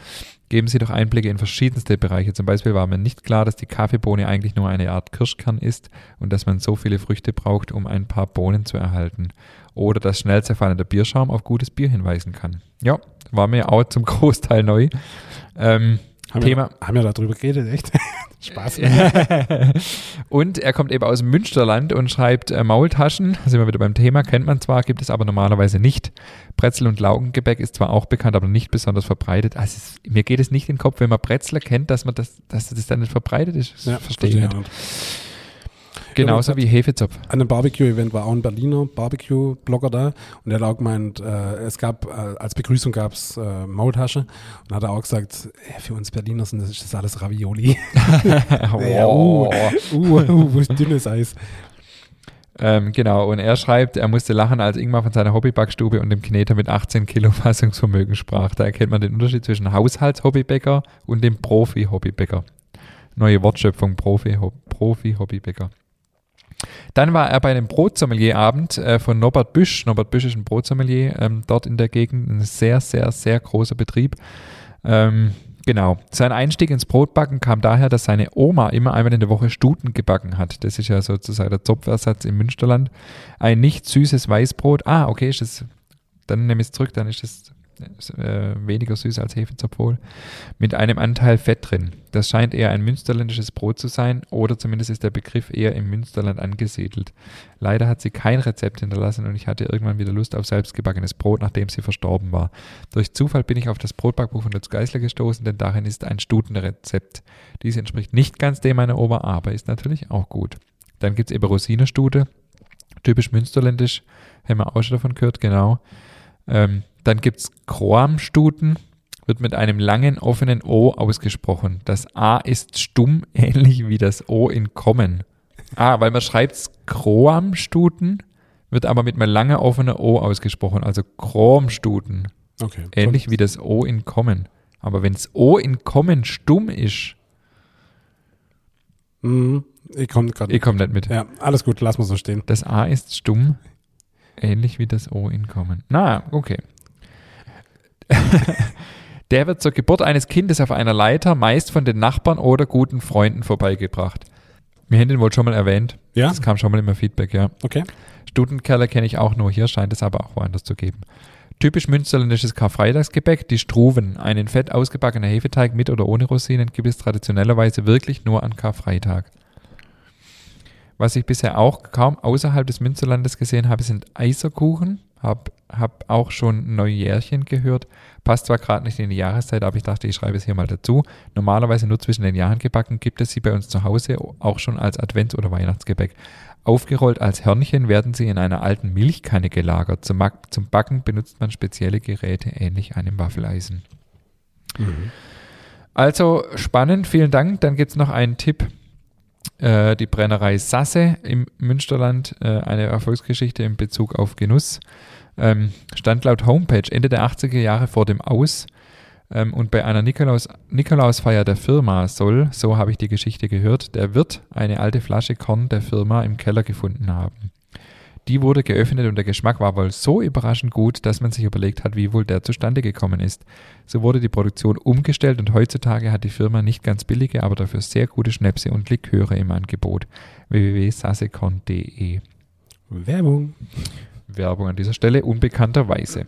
Geben Sie doch Einblicke in verschiedenste Bereiche. Zum Beispiel war mir nicht klar, dass die Kaffeebohne eigentlich nur eine Art Kirschkern ist und dass man so viele Früchte braucht, um ein paar Bohnen zu erhalten. Oder dass schnell zerfallender Bierschaum auf gutes Bier hinweisen kann. Ja, war mir auch zum Großteil neu. Ähm, Haben Thema- Wir, haben wir darüber geredet, echt? Spaß. und er kommt eben aus dem Münsterland und schreibt äh, Maultaschen, da sind wir wieder beim Thema, kennt man zwar, gibt es aber normalerweise nicht. Brezel und Laugengebäck ist zwar auch bekannt, aber nicht besonders verbreitet. Also es ist, mir geht es nicht in den Kopf, wenn man Brezler kennt, dass man das, dass das dann nicht verbreitet ist. Das Ja, genau. verstehe ich verstehe nicht. ich auch nicht. Genauso wie Hefezopf. An einem Barbecue-Event war auch ein Berliner Barbecue-Blogger da und der hat auch gemeint, äh, es gab, äh, als Begrüßung gab es äh, Maultasche und hat er auch gesagt, äh, für uns Berliner sind das, ist das alles Ravioli. Ja, uh, Oh. uh, uh, dünnes Eis. Ähm, genau, und er schreibt, er musste lachen, als Ingmar von seiner Hobbybackstube und dem Kneter mit 18 Kilo Fassungsvermögen sprach. Da erkennt man den Unterschied zwischen Haushalts-Hobbybäcker und dem Profi-Hobbybäcker. Neue Wortschöpfung, Profi- Hob- Profi-Hobbybäcker. Dann war er bei einem Brotsommelierabend äh, von Norbert Büsch. Norbert Büsch ist ein Brotsommelier ähm, dort in der Gegend. Ein sehr, sehr, sehr großer Betrieb. Ähm, genau. Sein Einstieg ins Brotbacken kam daher, dass seine Oma immer einmal in der Woche Stuten gebacken hat. Das ist ja sozusagen der Zopfersatz im Münsterland. Ein nicht süßes Weißbrot. Ah, okay, ist das, dann nehme ich es zurück, dann ist es äh, weniger süß als Hefezopf wohl. Mit einem Anteil Fett drin. Das scheint eher ein münsterländisches Brot zu sein oder zumindest ist der Begriff eher im Münsterland angesiedelt. Leider hat sie kein Rezept hinterlassen und ich hatte irgendwann wieder Lust auf selbstgebackenes Brot, nachdem sie verstorben war. Durch Zufall bin ich auf das Brotbackbuch von Lutz Geisler gestoßen, denn darin ist ein Stutenrezept. Dies entspricht nicht ganz dem meiner Oma, aber ist natürlich auch gut. Dann gibt's eben Rosinenstute, typisch münsterländisch, haben wir auch schon davon gehört, genau. Ähm, dann gibt's Kroamstuten, wird mit einem langen offenen O ausgesprochen. Das A ist stumm, ähnlich wie das O in Kommen. Ah, weil man schreibt Kroamstuten, wird aber mit einem langen offenen O ausgesprochen, also Chromstuten. Okay. Ähnlich wie das O in Kommen. Aber wenn das O in Kommen stumm ist, Mhm. Ich komme gerade. ihr kommt nicht mit. Ja, alles gut, lass mal so stehen. Das A ist stumm, ähnlich wie das O in Kommen. Na, okay. Der wird zur Geburt eines Kindes auf einer Leiter meist von den Nachbarn oder guten Freunden vorbeigebracht. Wir haben den wohl schon mal erwähnt. Ja, Das kam schon mal immer Feedback, ja. okay. Stutenkerle kenne ich auch nur. Hier scheint es aber auch woanders zu geben. Typisch münsterländisches Karfreitagsgebäck, die Struven. Einen fett ausgebackener Hefeteig mit oder ohne Rosinen gibt es traditionellerweise wirklich nur an Karfreitag. Was ich bisher auch kaum außerhalb des Münsterlandes gesehen habe, sind Eiserkuchen. Hab, hab auch schon Neujährchen gehört. Passt zwar gerade nicht in die Jahreszeit, aber ich dachte, ich schreibe es hier mal dazu. Normalerweise nur zwischen den Jahren gebacken, gibt es sie bei uns zu Hause auch schon als Advents- oder Weihnachtsgebäck. Aufgerollt als Hörnchen werden sie in einer alten Milchkanne gelagert. Zum, Mak- zum Backen benutzt man spezielle Geräte ähnlich einem Waffeleisen. Mhm. Also spannend, vielen Dank. Dann gibt's noch einen Tipp. Äh, die Brennerei Sasse im Münsterland, äh, eine Erfolgsgeschichte in Bezug auf Genuss. Ähm, stand laut Homepage Ende der 80er Jahre vor dem Aus. Ähm, und bei einer Nikolaus, Nikolausfeier der Firma soll, so habe ich die Geschichte gehört, der Wirt eine alte Flasche Korn der Firma im Keller gefunden haben. Die wurde geöffnet und der Geschmack war wohl so überraschend gut, dass man sich überlegt hat, wie wohl der zustande gekommen ist. So wurde die Produktion umgestellt und heutzutage hat die Firma nicht ganz billige, aber dafür sehr gute Schnäpse und Liköre im Angebot. www.sassekon.de Werbung. Werbung an dieser Stelle unbekannterweise.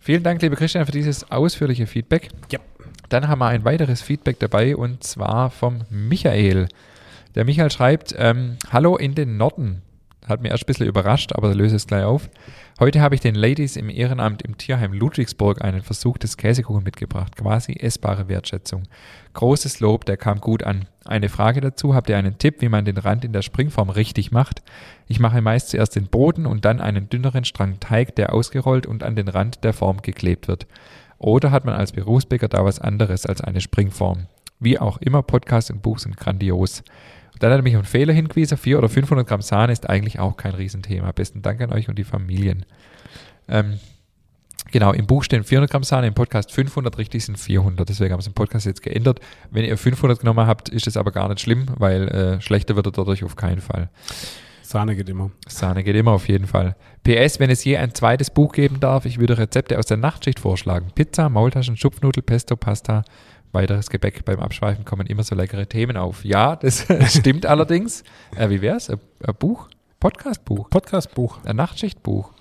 Vielen Dank, liebe Christian, für dieses ausführliche Feedback. Ja. Dann haben wir ein weiteres Feedback dabei und zwar vom Michael. Der Michael schreibt, ähm, Hallo in den Norden. Hat mir erst ein bisschen überrascht, aber löse es gleich auf. Heute habe ich den Ladies im Ehrenamt im Tierheim Ludwigsburg einen Versuch des Käsekuchen mitgebracht. Quasi essbare Wertschätzung. Großes Lob, der kam gut an. Eine Frage dazu, habt ihr einen Tipp, wie man den Rand in der Springform richtig macht? Ich mache meist zuerst den Boden und dann einen dünneren Strang Teig, der ausgerollt und an den Rand der Form geklebt wird. Oder hat man als Berufsbäcker da was anderes als eine Springform? Wie auch immer, Podcast und Buch sind grandios. Dann hat er mich auf einen Fehler hingewiesen. 400 oder 500 Gramm Sahne ist eigentlich auch kein Riesenthema. Besten Dank an euch und die Familien. Ähm, genau, im Buch stehen 400 Gramm Sahne, im Podcast 500, richtig sind 400. Deswegen haben wir es im Podcast jetzt geändert. Wenn ihr 500 genommen habt, ist es aber gar nicht schlimm, weil äh, schlechter wird er dadurch auf keinen Fall. Sahne geht immer. Sahne geht immer auf jeden Fall. PS, wenn es je ein zweites Buch geben darf, ich würde Rezepte aus der Nachtschicht vorschlagen. Pizza, Maultaschen, Schupfnudel, Pesto, Pasta, weiteres Gebäck. Beim Abschweifen kommen immer so leckere Themen auf. Ja, das stimmt allerdings. Äh, wie wär's? Ein, ein Buch? Podcast-Busch? Podcast-Buch. Ein Nachtschichtbuch?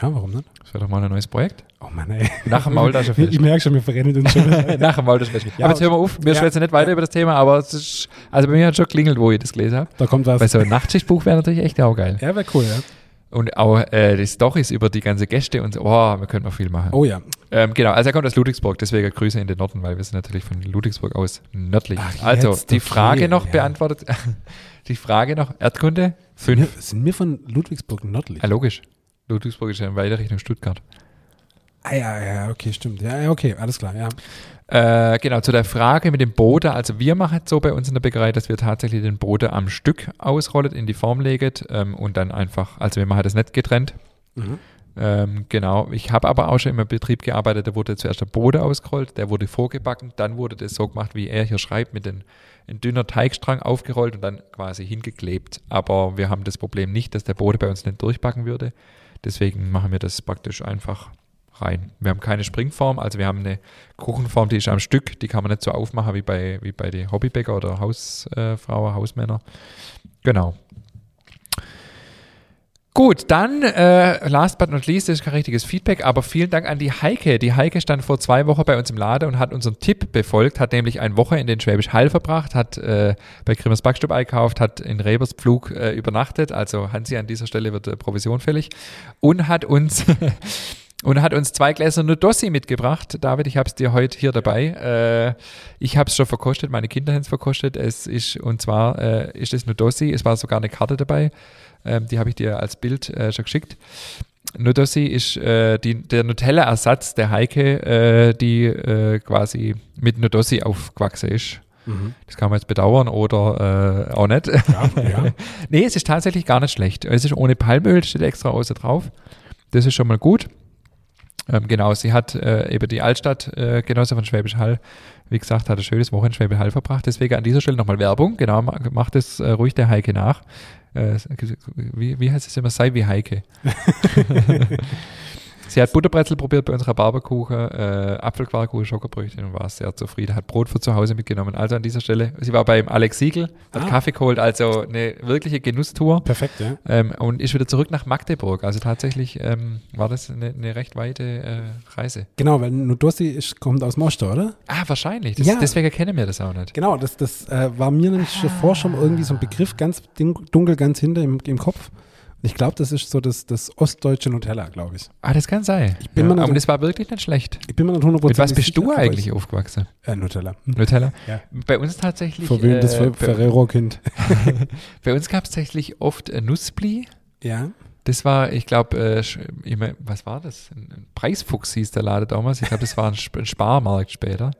Ja, warum nicht? Das wäre doch mal ein neues Projekt. Oh Mann, ey. Nach dem Maultaschenfest. Ich merke schon, wir verrennen uns schon. wieder. Nach dem Maultaschenfest. Ja, aber jetzt hören wir auf. Wir Oh, ja. schwätzen nicht weiter über das Thema, aber es ist, also bei mir hat schon klingelt, wo ich das gelesen habe. da kommt was. Weil so ein Nachtschichtbuch wäre natürlich echt auch geil. Ja, wäre cool, ja. Und auch äh, die Storys über die ganze Gäste und so. Oh, wir könnten noch viel machen. Oh ja. Ähm, genau, also er kommt aus Ludwigsburg, deswegen Grüße in den Norden, weil wir sind natürlich von Ludwigsburg aus nördlich. Ach, jetzt, also, die okay, Frage noch ja. beantwortet. Die Frage noch, Erdkunde Wir, 5. sind wir von Ludwigsburg nördlich? Ja, logisch. Ludwigsburg ist ja in weiter Richtung Stuttgart. Ah, ja, ja, okay, stimmt. Ja, ja, okay, alles klar, ja. Äh, genau, zu der Frage mit dem Boden. Also wir machen es so bei uns in der Bäckerei, dass wir tatsächlich den Boden am Stück ausrollen, in die Form legen ähm, und dann einfach, also wir machen das nicht getrennt, Mhm. Ähm, genau. Ich habe aber auch schon im Betrieb gearbeitet, da wurde zuerst der Boden ausgerollt, der wurde vorgebacken, dann wurde das so gemacht, wie er hier schreibt, mit den, ein dünner Teigstrang aufgerollt und dann quasi hingeklebt. Aber wir haben das Problem nicht, dass der Boden bei uns nicht durchbacken würde. Deswegen machen wir das praktisch einfach rein. Wir haben keine Springform, also wir haben eine Kuchenform, die ist am Stück, die kann man nicht so aufmachen wie bei, wie bei den Hobbybäcker oder Hausfrauen, Hausmänner. Genau. Gut, dann äh, last but not least, das ist kein richtiges Feedback, aber vielen Dank an die Heike. Die Heike stand vor zwei Wochen bei uns im Laden und hat unseren Tipp befolgt, hat nämlich eine Woche in den Schwäbisch Hall verbracht, hat äh, bei Grimmers Backstub eingekauft, hat in Rebers Pflug äh, übernachtet, also Hansi an dieser Stelle wird äh, Provision fällig und hat uns und hat uns zwei Gläser Nudossi mitgebracht. David, ich habe es dir heute hier dabei. Äh, ich habe es schon verkostet, meine Kinder haben es verkostet. Es ist, und zwar äh, ist es Nudossi, es war sogar eine Karte dabei. Ähm, die habe ich dir als Bild äh, schon geschickt. Nudossi ist äh, die, der Nutella-Ersatz der Heike, äh, die äh, quasi mit Nudossi aufgewachsen ist. Mhm. Das kann man jetzt bedauern oder äh, auch nicht. Ja, ja. nee, es ist tatsächlich gar nicht schlecht. Es ist ohne Palmöl, steht extra außen drauf. Das ist schon mal gut. Ähm, genau, sie hat äh, eben die Altstadt, äh, Genosse von Schwäbisch Hall, wie gesagt, hat ein schönes Wochenende in Schwäbisch Hall verbracht. Deswegen an dieser Stelle nochmal Werbung. Genau, ma- macht es äh, ruhig der Heike nach. Äh, wie, wie heißt es immer? Sei wie Heike. sie hat Butterbrezel probiert bei unserer Barberkuchen, äh, Apfelquarkkuchen, Schokobrötchen und war sehr zufrieden. Hat Brot für zu Hause mitgenommen. Also an dieser Stelle, sie war beim Alex Siegel, hat Ah. Kaffee geholt. Also eine wirkliche Genusstour. Perfekt, ja. Ähm, und ist wieder zurück nach Magdeburg. Also tatsächlich ähm, war das eine, eine recht weite äh, Reise. Genau, weil Nudossi ist, kommt aus Mostar, oder? Ah, wahrscheinlich. Das, Ja. Deswegen kennen wir das auch nicht. Genau, das, das äh, war mir nämlich vorher schon irgendwie so ein Begriff ganz ding- dunkel, ganz hinter im, im Kopf. Und ich glaube, das ist so das, das ostdeutsche Nutella, glaube ich. Ah, das kann sein. bin mir nicht aber so- das war wirklich nicht schlecht. Ich bin mir nicht 100% Mit was bist sicher, du aber eigentlich aufgewachsen? Ich, äh, Nutella. Nutella? Ja. Bei uns tatsächlich. Verwöhntes äh, Fer- bei, Ferrero-Kind. bei uns gab es tatsächlich oft äh, Nussbli. Ja. Das war, ich glaube, äh, sch- ich mein, was war das? Ein ein Preisfuchs hieß der Laden damals. Ich glaube, das war ein, Sp- ein Sparmarkt später.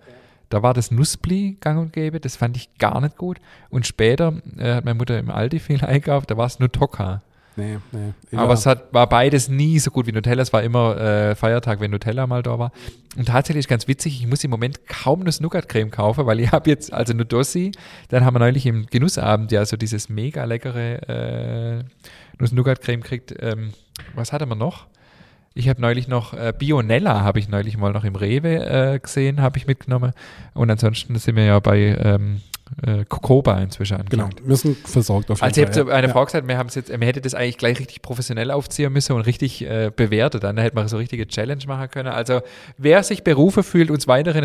Da war das Nussbli gang und gäbe. Das fand ich gar nicht gut. Und später äh, hat meine Mutter im Aldi viel eingekauft. Da war es Nutocca. Nee, nee. Ich Aber war- es hat, war beides nie so gut wie Nutella. Es war immer äh, Feiertag, wenn Nutella mal da war. Und tatsächlich ist ganz witzig, ich muss im Moment kaum Nuss Nougat Creme kaufen, weil ich habe jetzt, also Nudossi, dann haben wir neulich im Genussabend ja so dieses mega leckere äh, Nuss Nougat Creme gekriegt. Ähm, was hatte man noch? Ich habe neulich noch äh, Bionella habe ich neulich mal noch im Rewe äh, gesehen, habe ich mitgenommen. Und ansonsten sind wir ja bei ähm, äh, Kokoba inzwischen angelangt. Genau, wir sind versorgt auf jeden Also ich Fall. habe zu ja. einer ja. Frau gesagt, wir, haben's jetzt, wir hätten das eigentlich gleich richtig professionell aufziehen müssen und richtig äh, bewertet. Dann hätte man so richtige Challenge machen können. Also wer sich berufen fühlt, uns weitere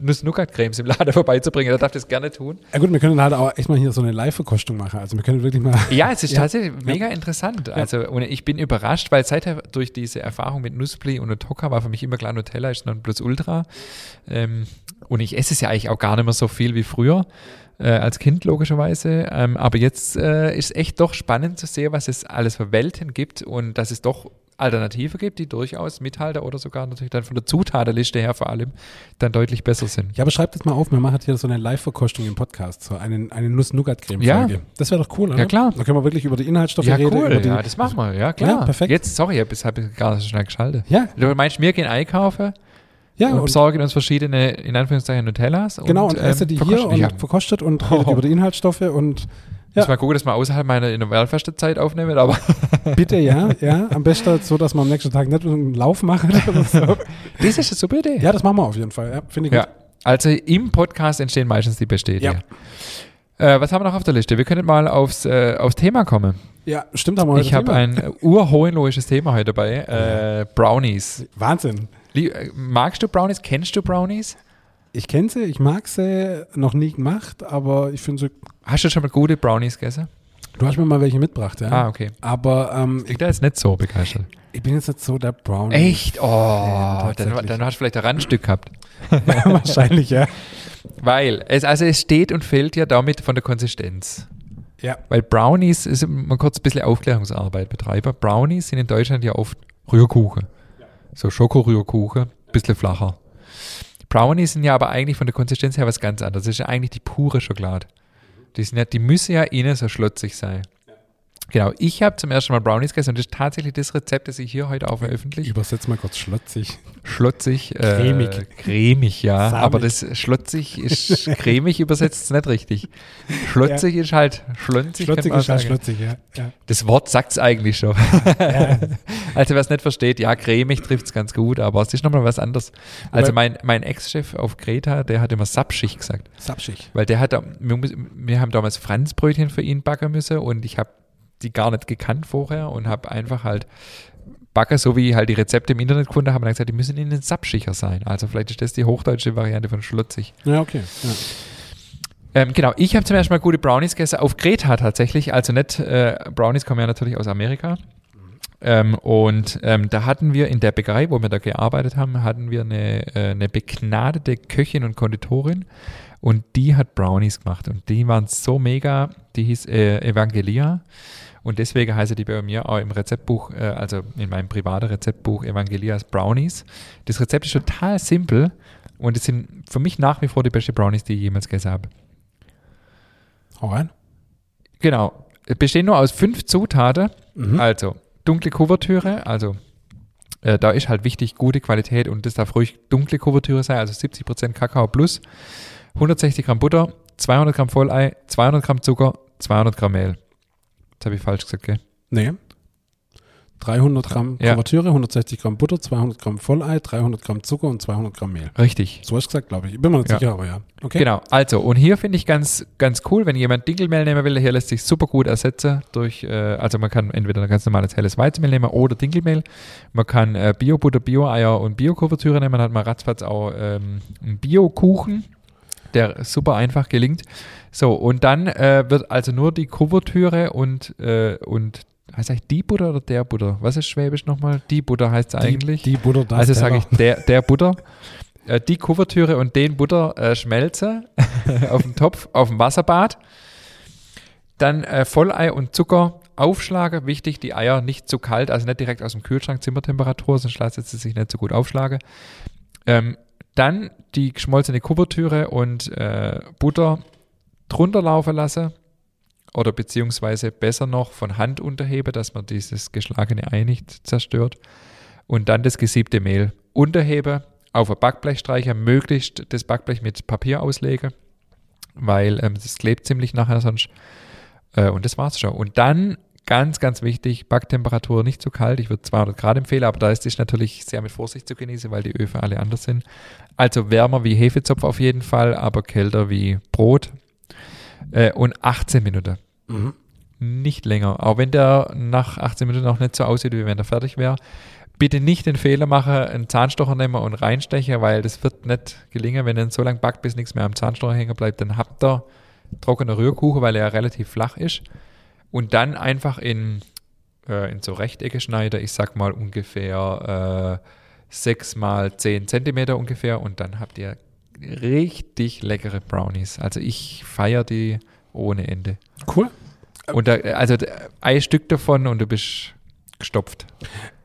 Nuss-Nougat-Cremes im Laden vorbeizubringen, der darf das gerne tun. Ja gut, wir können halt auch echt mal hier so eine Live-Verkostung machen. Also wir können wirklich mal. Ja, es ist Ja. tatsächlich mega interessant. Also und ich bin überrascht, weil seither durch diese Erfahrung mit Nussbli und Nutella war für mich immer klar, Nutella ist non plus ultra. Ähm, und ich esse es ja eigentlich auch gar nicht mehr so viel wie früher. Äh, als Kind logischerweise. Ähm, aber jetzt äh, ist echt doch spannend zu sehen, was es alles für Welten gibt und dass es doch Alternative gibt, die durchaus Mithalter oder sogar natürlich dann von der Zutatenliste her vor allem dann deutlich besser sind. Ja, aber schreibt das mal auf, wir machen hier so eine Live-Verkostung im Podcast, so einen, eine Nuss-Nougat-Creme-Folge. Ja. Das wäre doch cool, oder? Ja, klar. Da können wir wirklich über die Inhaltsstoffe Ja, reden. über cool, die, ja, das machen wir, ja klar. Ja, perfekt. Jetzt, sorry, jetzt habe ich gar nicht so schnell geschaltet. Ja, Also, Du meinst, wir gehen einkaufen ja, und und, besorgen uns verschiedene, in Anführungszeichen, Nutellas. genau, und ähm, esse die hier verkosten und Ja. verkostet und redet Oh. über die Inhaltsstoffe und Ich muss Ja. mal gucken, dass wir außerhalb meiner Intervallfastenzeit aufnehmen, aber bitte, ja, ja, am besten so, dass man am nächsten Tag nicht einen Lauf macht. oder so. das ist eine super Idee. ja, das machen wir auf jeden Fall, ja, finde ich Ja. gut. Also im Podcast entstehen meistens die Bestätiger. Ja. Äh, was haben wir noch auf der Liste? Wir können mal aufs, äh, aufs Thema kommen. Ja, stimmt, haben wir heute ich habe Oh, Thema. ein äh, urhohenloisches Thema heute dabei. Äh, Brownies. Wahnsinn. Lie äh, magst du Brownies? Kennst du Brownies? Ich kenne sie, ich mag sie, noch nie gemacht, aber ich finde sie, Hast du schon mal gute Brownies gegessen? du hast mir mal welche mitgebracht, ja. Ah, okay. Aber ähm, ich, Klingt da jetzt nicht so begeistert. ich bin jetzt nicht so der Brown. Echt? Oh, dann, Hm. tatsächlich. dann hast du vielleicht ein Randstück gehabt. Wahrscheinlich, ja. Weil, es, also es steht und fällt ja damit von der Konsistenz. Ja. Weil Brownies, ist mal kurz ein bisschen Aufklärungsarbeit betreiben. Brownies sind in Deutschland ja oft Rührkuchen. So Schokorührkuchen, ein bisschen flacher. Brownies sind ja aber eigentlich von der Konsistenz her was ganz anderes. Das ist ja eigentlich die pure Schokolade. Die, sind ja, die müssen ja innen so schlotzig sein. Genau, ich habe zum ersten Mal Brownies gegessen und das ist tatsächlich das Rezept, das ich hier heute auch veröffentliche. Übersetz mal kurz schlotzig. Schlotzig. Äh, Cremig. cremig, ja. Samig. Aber das schlotzig ist cremig übersetzt ist nicht richtig. Schlotzig ist halt schlonzig. Schlotzig könnte man ist halt ja sagen. schlotzig, ja. ja. Das Wort sagt es eigentlich schon. also wer es nicht versteht, ja, cremig trifft es ganz gut, aber es ist nochmal was anderes. Also Wobei- mein, mein Ex-Chef auf Kreta, der hat immer Sapschig gesagt. Sapschig. Weil der hat, da- wir, muss- wir haben damals Franzbrötchen für ihn backen müssen und ich habe die gar nicht gekannt vorher und habe einfach halt backen, so wie halt die Rezepte im Internet gefunden haben, dann gesagt, die müssen in den Sapschicher sein. Also vielleicht ist das die hochdeutsche Variante von Schlutzig. Ja, okay. Ja. Ähm, genau, ich habe zum ersten Mal gute Brownies gegessen auf Kreta tatsächlich. Also nicht, äh, Brownies kommen ja natürlich aus Amerika. Ähm, und ähm, da hatten wir in der Bäckerei, wo wir da gearbeitet haben, hatten wir eine, äh, eine begnadete Köchin und Konditorin und die hat Brownies gemacht und die waren so mega, die hieß äh, Evangelia und deswegen heißt die bei mir auch im Rezeptbuch, äh, also in meinem privaten Rezeptbuch Evangelias Brownies. Das Rezept ist total simpel und es sind für mich nach wie vor die beste Brownies, die ich jemals gegessen habe. Hau rein. Genau. Bestehen nur aus fünf Zutaten. Mhm. Also, dunkle Kuvertüre, also äh, da ist halt wichtig gute Qualität und das darf ruhig dunkle Kuvertüre sein, also 70% Kakao plus, 160 Gramm Butter, 200 Gramm Vollei, 200 Gramm Zucker, 200 Gramm Mehl. Das habe ich falsch gesagt, gell? Nee. 300 Gramm Ja. Kuvertüre, 160 Gramm Butter, 200 Gramm Vollei, 300 Gramm Zucker und 200 Gramm Mehl. Richtig. So hast du gesagt, glaube ich. Ich bin mir nicht Ja. sicher, aber ja. Okay. Genau, also und hier finde ich ganz, ganz cool, wenn jemand Dinkelmehl nehmen will, hier lässt sich super gut ersetzen durch, äh, also man kann entweder ein ganz normales helles Weizenmehl nehmen oder Dinkelmehl. Man kann äh, Bio-Butter, Bio-Eier und Bio-Kuvertüre nehmen, dann hat man ratzfatz auch ähm, einen Bio-Kuchen, der super einfach gelingt. So, und dann äh, wird also nur die Kuvertüre und, äh, und heißt eigentlich die Butter oder der Butter? Was ist Schwäbisch nochmal? Die Butter heißt es Die, eigentlich die Butter da. also sage ich der, der Butter. Äh, die Kuvertüre und den Butter äh, schmelze auf dem Topf, auf dem Wasserbad. Dann äh, Vollei und Zucker aufschlage. Wichtig, die Eier nicht zu kalt, also nicht direkt aus dem Kühlschrank, Zimmertemperatur, sonst lassen sie sich nicht so gut aufschlage. Ähm, dann die geschmolzene Kuvertüre und äh, Butter drunter laufen lasse. Oder beziehungsweise besser noch von Hand unterhebe, dass man dieses geschlagene Ei nicht zerstört und dann das gesiebte Mehl. Unterhebe auf ein Backblech streichen, möglichst das Backblech mit Papier auslegen, weil ähm, das klebt ziemlich nachher sonst. Äh, und das war's schon. Und dann, ganz, ganz wichtig, Backtemperatur nicht zu kalt. Ich würde 200 Grad empfehlen, aber da ist es natürlich sehr mit Vorsicht zu genießen, weil die Öfen alle anders sind. Also wärmer wie Hefezopf auf jeden Fall, aber kälter wie Brot. Äh, und 18 Minuten Mhm. nicht länger. Auch wenn der nach 18 Minuten noch nicht so aussieht, wie wenn er fertig wäre. Bitte nicht den Fehler machen, einen Zahnstocher nehmen und reinstechen, weil das wird nicht gelingen. Wenn ihr ihn so lange backt, bis nichts mehr am Zahnstocher hängen bleibt, dann habt ihr trockener Rührkuchen, weil er ja relativ flach ist. Und dann einfach in, äh, in so Rechtecke schneiden, ich sag mal ungefähr äh, 6 mal 10 Zentimeter ungefähr und dann habt ihr richtig leckere Brownies. Also ich feiere die ohne Ende. Cool. Und da, also d- ein Stück davon und du bist gestopft.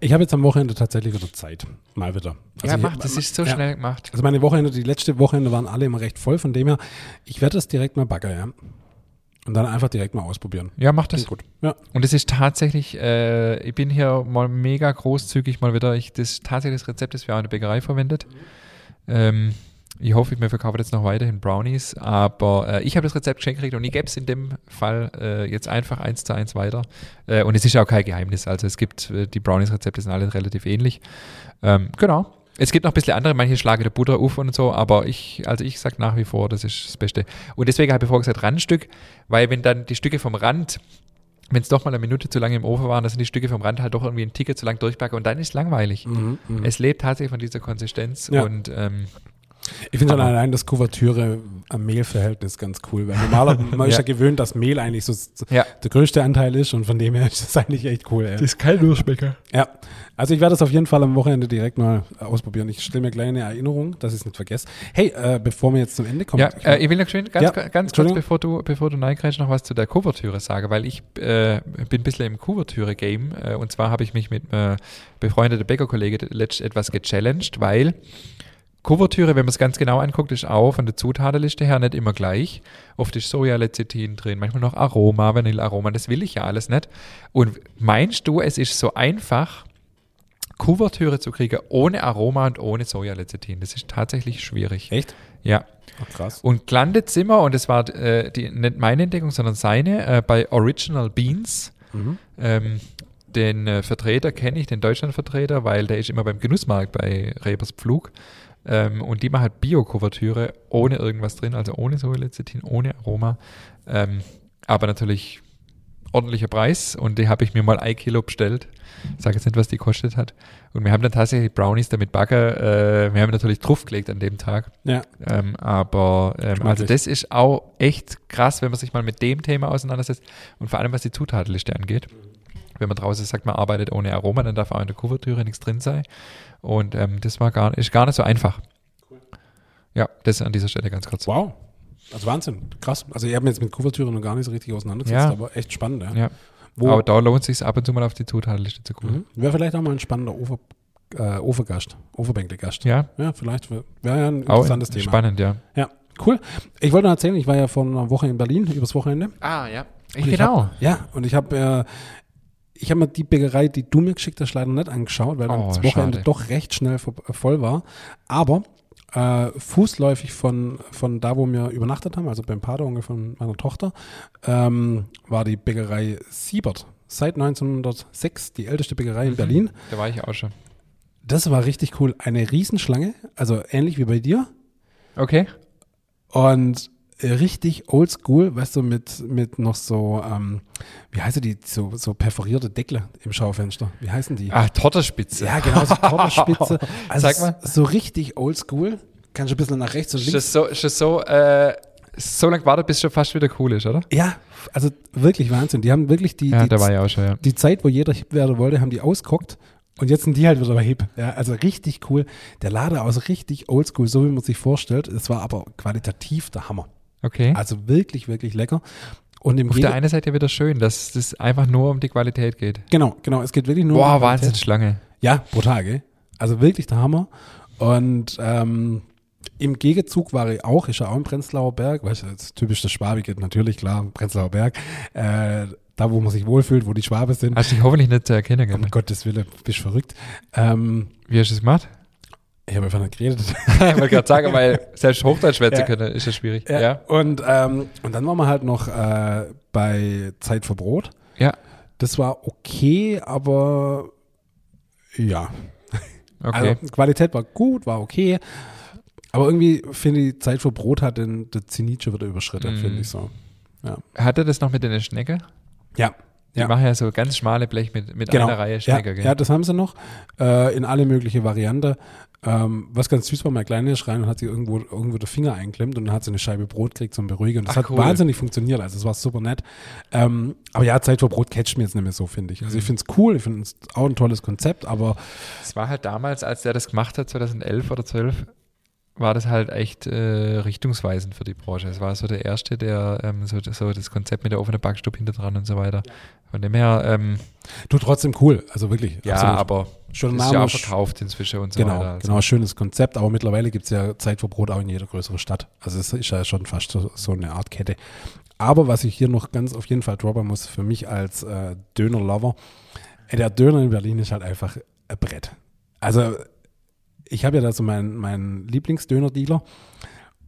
Ich habe jetzt am Wochenende tatsächlich wieder Zeit. Mal wieder. ja, ich- macht, Also, das ist so ja. schnell gemacht. Also meine Wochenende, die letzte Wochenende waren alle immer recht voll, von dem her, ich werde das direkt mal backen, ja. Und dann einfach direkt mal ausprobieren. Ja, macht das. gut. Ja. Und es ist tatsächlich, äh, ich bin hier mal mega großzügig mal wieder. Ich, das ist tatsächlich das Rezept, das wir auch in der Bäckerei verwendet. Ähm, ich hoffe, ich mir verkaufe jetzt noch weiterhin Brownies, aber äh, ich habe das Rezept geschenkt gekriegt und ich gebe es in dem Fall äh, jetzt einfach eins zu eins weiter. Äh, und es ist ja auch kein Geheimnis. Also es gibt, äh, die Brownies-Rezepte sind alle relativ ähnlich. Ähm, genau. Es gibt noch ein bisschen andere, manche schlagen der Butter auf und so, aber ich, also ich sag nach wie vor, das ist das Beste. Und deswegen habe ich vorher gesagt Randstück, weil wenn dann die Stücke vom Rand wenn es doch mal eine Minute zu lange im Ofen waren, dann sind die Stücke vom Rand halt doch irgendwie einen Ticket zu lang durchbacken und dann ist es langweilig. Mhm, mhm. Es lebt tatsächlich von dieser Konsistenz Ja. und ähm, Ich finde schon Aber- allein das Kuvertüre am Mehlverhältnis ganz cool, weil normaler, man ist Ja. ja gewöhnt, dass Mehl eigentlich so s- Ja. der größte Anteil ist und von dem her ist das eigentlich echt cool. Ey. ist kein Durchbäcker. Ja, also ich werde das auf jeden Fall am Wochenende direkt mal äh, ausprobieren. Ich stelle mir gleich eine Erinnerung, dass ich es nicht vergesse. Hey, äh, bevor wir jetzt zum Ende kommen, Ja, ich- äh, ich will noch schön, ganz, Ja, ganz kurz, Entschuldigung. bevor du, bevor du neigreifst, noch was zu der Kuvertüre sage, weil ich äh, bin ein bisschen im Kuvertüre-Game äh, und zwar habe ich mich mit äh, befreundeten Bäckerkollege letzt etwas gechallenged, weil Kuvertüre, wenn man es ganz genau anguckt, ist auch von der Zutatenliste her nicht immer gleich. Oft ist Sojalecithin drin, manchmal noch Aroma, Vanillearoma, das will ich ja alles nicht. Und meinst du, es ist so einfach, Kuvertüre zu kriegen ohne Aroma und ohne Sojalecithin? Das ist tatsächlich schwierig. echt? Ja. Ach, krass. Und gelandet sind wir, und es war äh, die, nicht meine Entdeckung, sondern seine, äh, bei Original Beans. Mhm. Ähm, den äh, Vertreter kenne ich, den Deutschlandvertreter, weil der ist immer beim Genussmarkt bei Rebers Pflug. Ähm, und die machen halt Bio-Kuvertüre ohne irgendwas drin, also ohne Sojalecithin, ohne Aroma. Ähm, aber natürlich ordentlicher Preis und die habe ich mir mal ein Kilo bestellt. Ich sage jetzt nicht, was die kostet hat. Und wir haben dann tatsächlich Brownies damit backen. Äh, wir haben natürlich draufgelegt an dem Tag. Ja, Ähm, aber ähm, also Schmacklich. das ist auch echt krass, wenn man sich mal mit dem Thema auseinandersetzt und vor allem was die Zutatenliste angeht. Wenn man draußen sagt, man arbeitet ohne Aroma, dann darf auch in der Kuvertüre nichts drin sein. Und ähm, das war gar, ist gar nicht so einfach. Ja, das an dieser Stelle ganz kurz. wow. Also Wahnsinn, krass. Also ich habe mich jetzt mit Kuvertüren noch gar nicht so richtig auseinandergesetzt, Ja. aber echt spannend. Ja. Ja. Wo, Aber da lohnt es sich ab und zu mal auf die Zutatenliste zu gucken. Mhm. Wäre vielleicht auch mal ein spannender Ofer, äh, Ofergast, Oferbänklegast. Ja, Ja, vielleicht. Wäre ja ein auch interessantes Thema. spannend, ja. Ja, Cool. Ich wollte noch erzählen, ich war ja vor einer Woche in Berlin, übers Wochenende. Ah, ja. Und ich Hab, ja, und ich habe äh, ich hab mir die Bäckerei, die du mir geschickt hast, leider nicht angeschaut, weil Oh, dann das Wochenende schade. doch recht schnell vo- äh, voll war. Aber äh, fußläufig von, von da, wo wir übernachtet haben, also beim Pateronkel von meiner Tochter, ähm, war die Bäckerei Siebert. Seit 1906 die älteste Bäckerei Mhm. in Berlin. Da war ich auch schon. Das war richtig cool. Eine Riesenschlange, also ähnlich wie bei dir. Okay. Und äh, richtig oldschool, weißt du, mit, mit noch so, ähm, wie heißen die, so, so perforierte Deckel im Schaufenster. Wie heißen die? Ah, Torterspitze. Ja, genau, so Kornerspitze. Also Sag mal. So richtig oldschool. Kannst du ein bisschen nach rechts und Ist links. das so, ist das so, äh, so lange gewartet, bis es schon fast wieder cool ist, oder? Ja, also wirklich Wahnsinn. Die haben wirklich die, Ja, die, da war ich auch schon, ja. die Zeit, wo jeder hip werden wollte, haben die ausgehockt. Und jetzt sind die halt wieder hip. Ja, also richtig cool. Der Laden aus richtig oldschool, so wie man sich vorstellt. Es war aber qualitativ der Hammer. Okay. Also wirklich, wirklich lecker. Und im Auf Jeder- der einen Seite wieder schön, dass es einfach nur um die Qualität geht. Genau, genau. Es geht wirklich nur. Boah, um Qualität. Wahnsinn, Schlange. Ja, brutal, gell? Also wirklich der Hammer. Und ähm, im Gegenzug war ich auch, ist ja auch im Prenzlauer Berg, weißt du, das typisch das Schwabige, natürlich, klar, Prenzlauer Berg. Äh, da, wo man sich wohlfühlt, wo die Schwabe sind. Hast dich hoffentlich nicht zu erkennen, gell? Um Gottes Willen, bist verrückt. Ähm, Wie hast du es gemacht? ich habe einfach nicht geredet. ich wollte gerade sagen, weil selbst Hochdeutsch schwätzen Ja. können, ist das schwierig. Ja. Ja. Und, ähm, und dann waren wir halt noch äh, bei Zeit für Brot. Ja. Das war okay, aber ja, Okay. Also Qualität war gut, war okay. Aber irgendwie finde ich, die Zeit für Brot hat den, den Zenit schon wieder überschritten, Mhm. finde ich so. Hatte das noch mit einer Schnecke? Ja. Die Ja. machen ja so ganz schmale Blech mit, mit Genau. einer Reihe Ja, Schnecke, gell? ja, das haben sie noch. Äh, in alle mögliche Variante. Ähm, was ganz süß war, mein Kleiner ist rein und hat sie irgendwo, irgendwo den Finger eingeklemmt und dann hat sie eine Scheibe Brot gekriegt zum Beruhigen. Und das Ach, hat cool. wahnsinnig funktioniert. Also es war super nett. Ähm, aber ja, Zeit für Brot catcht mir jetzt nicht mehr so, finde ich. Also Mhm. ich finde es cool, ich finde es auch ein tolles Konzept, aber Es war halt damals, als der das gemacht hat, 2011 oder 12, war das halt echt äh, richtungsweisend für die Branche. Es war so der erste, der ähm, so, so das Konzept mit der offenen Backstube hinter dran und so weiter. Von dem her, ähm, du trotzdem cool. Also wirklich. ja, absolut. aber schon ist ja auch Name, verkauft inzwischen und so Genau, weiter. Also, genau, schönes Konzept, aber mittlerweile gibt es ja Zeit für Brot auch in jeder größeren Stadt. Also es ist ja schon fast so, so eine Art Kette. Aber was ich hier noch ganz auf jeden Fall droppen muss, für mich als äh, Döner-Lover, äh, der Döner in Berlin ist halt einfach ein Brett. Also ich habe ja da so meinen mein Lieblingsdöner-Dealer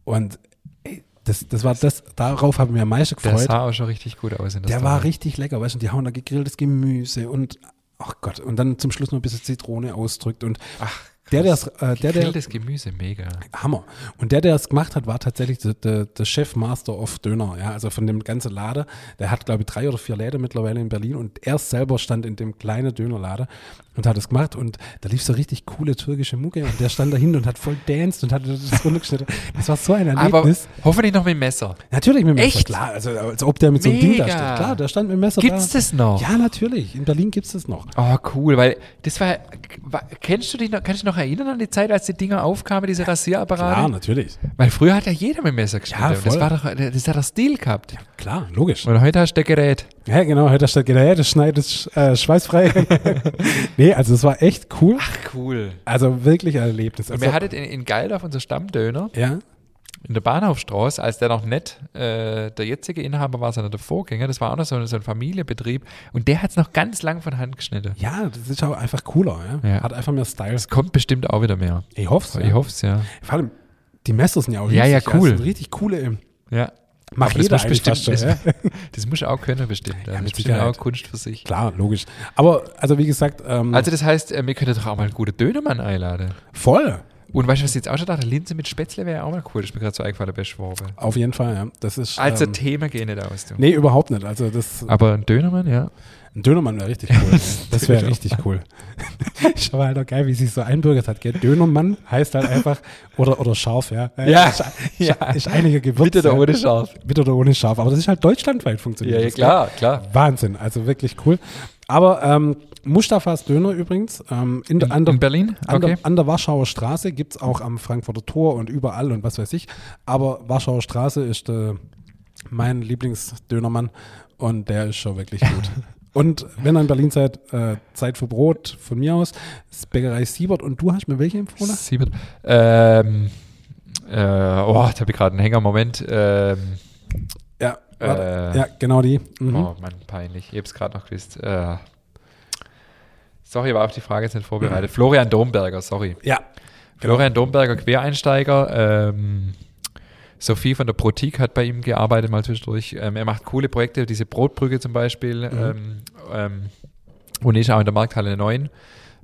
und ey, das, das war das, darauf habe ich mich am meisten Der gefreut. sah auch schon richtig gut aus in Der Story. war richtig lecker, weißt du, die hauen da gegrilltes Gemüse und ach Gott, und dann zum Schluss noch ein bisschen Zitrone ausdrückt und Ach, der, der's, äh, der, der, Gegrilltes Gemüse, mega. Hammer. Und der, der es gemacht hat, war tatsächlich der, der, der Chef Master of Döner, ja, also von dem ganzen Lade. Der hat, glaube ich, drei oder vier Läden mittlerweile in Berlin und er selber stand in dem kleinen Dönerlade und hat es gemacht und da lief so richtig coole türkische Mucke und der stand dahin und hat voll danced und hat das runtergeschnitten. Das war so ein Aber Erlebnis. hoffentlich noch mit Messer. Natürlich mit dem Messer, Echt? klar. Also, als ob der mit so einem Ding da Mega. steht. Klar, der stand mit dem Messer Gibt's da. das noch? Ja, natürlich. In Berlin gibt es das noch. Oh, cool, weil das war, wa- kennst du dich noch, kannst du dich noch erinnern an die Zeit, als die Dinger aufkamen, diese Rasierapparate? Klar, natürlich. Weil früher hat ja jeder mit dem Messer geschnitten. Ja, das voll. war doch, das hat doch Stil gehabt. Klar, logisch. Und heute hast du das Gerät. Ja, genau, heute statt Gerät, das schneidet sch- äh, schweißfrei. nee, also es war echt cool. Cool. Also wirklich ein Erlebnis. Und Also, wir hatten in, in Geildorf unser Stammdöner ja, in der Bahnhofstraße, als der noch nicht äh, der jetzige Inhaber war, sondern der Vorgänger. Das war auch noch so, so ein Familienbetrieb. Und der hat es noch ganz lang von Hand geschnitten. ja, das ist auch einfach cooler. Ja? Ja. Hat einfach mehr Style. Es kommt bestimmt auch wieder mehr. Ich hoffe Ich ja. hoffe es, ja. Vor allem, die Messer sind ja auch Ja, ja, riesig, cool. Das sind richtig coole. ähm, ja. Macht Aber das jeder musst eigentlich bestimmt, fast schon, das, ja. das musst du auch können bestimmt. Ja, das mit ist bestimmt auch Sicherheit. Kunst für sich. Klar, logisch. Aber, also wie gesagt, ähm, Also das heißt, äh, wir könnten doch auch mal einen guten Dönermann einladen. voll. Und weißt du, was ich jetzt auch schon dachte? Linse mit Spätzle wäre ja auch mal cool. Das ist mir gerade so eingefallen bei Schwabe. Auf jeden Fall, ja. Das ist. Also ähm, Themen gehen nicht aus, du. Nee, überhaupt nicht. Also das, Aber ein Dönermann, ja. ein Dönermann wäre richtig cool. das wäre Dönermann. richtig cool. Ist aber halt auch geil, wie sich so einbürgert hat. Gell? Dönermann heißt halt einfach, oder, oder scharf, ja. Äh, Ja, ist, ja. ist einige Gewürze. Scharf. mit oder ohne Schaf. Aber das ist halt deutschlandweit funktioniert. Ja, ja, das, klar, klar. gell? Wahnsinn, also wirklich cool. Aber ähm, Mustafas Döner übrigens, ähm, in, der- an, der, In Berlin? an, Okay. der, an der Warschauer Straße gibt es auch am Frankfurter Tor und überall und was weiß ich. Aber Warschauer Straße ist äh, mein Lieblingsdönermann und der ist schon wirklich gut. Und wenn ihr in Berlin seid, äh, Zeit für Brot von mir aus, das Bäckerei Siebert und du hast mir welche empfohlen? Siebert. Ähm, Äh, oh, jetzt habe ich gerade einen Hänger. Moment. Ähm, Ja, warte. äh, ja genau die. Mhm. Oh Mann, peinlich. Ich habe es gerade noch gewusst. Äh, sorry, war auf die Frage jetzt nicht vorbereitet. Florian Domberger, sorry. Ja, Florian Domberger, Quereinsteiger. Ähm, Sophie von der Protik hat bei ihm gearbeitet, mal zwischendurch. Ähm, er macht coole Projekte, diese Brotbrücke zum Beispiel. Mhm. Ähm, ähm, und ist auch in der Markthalle 9.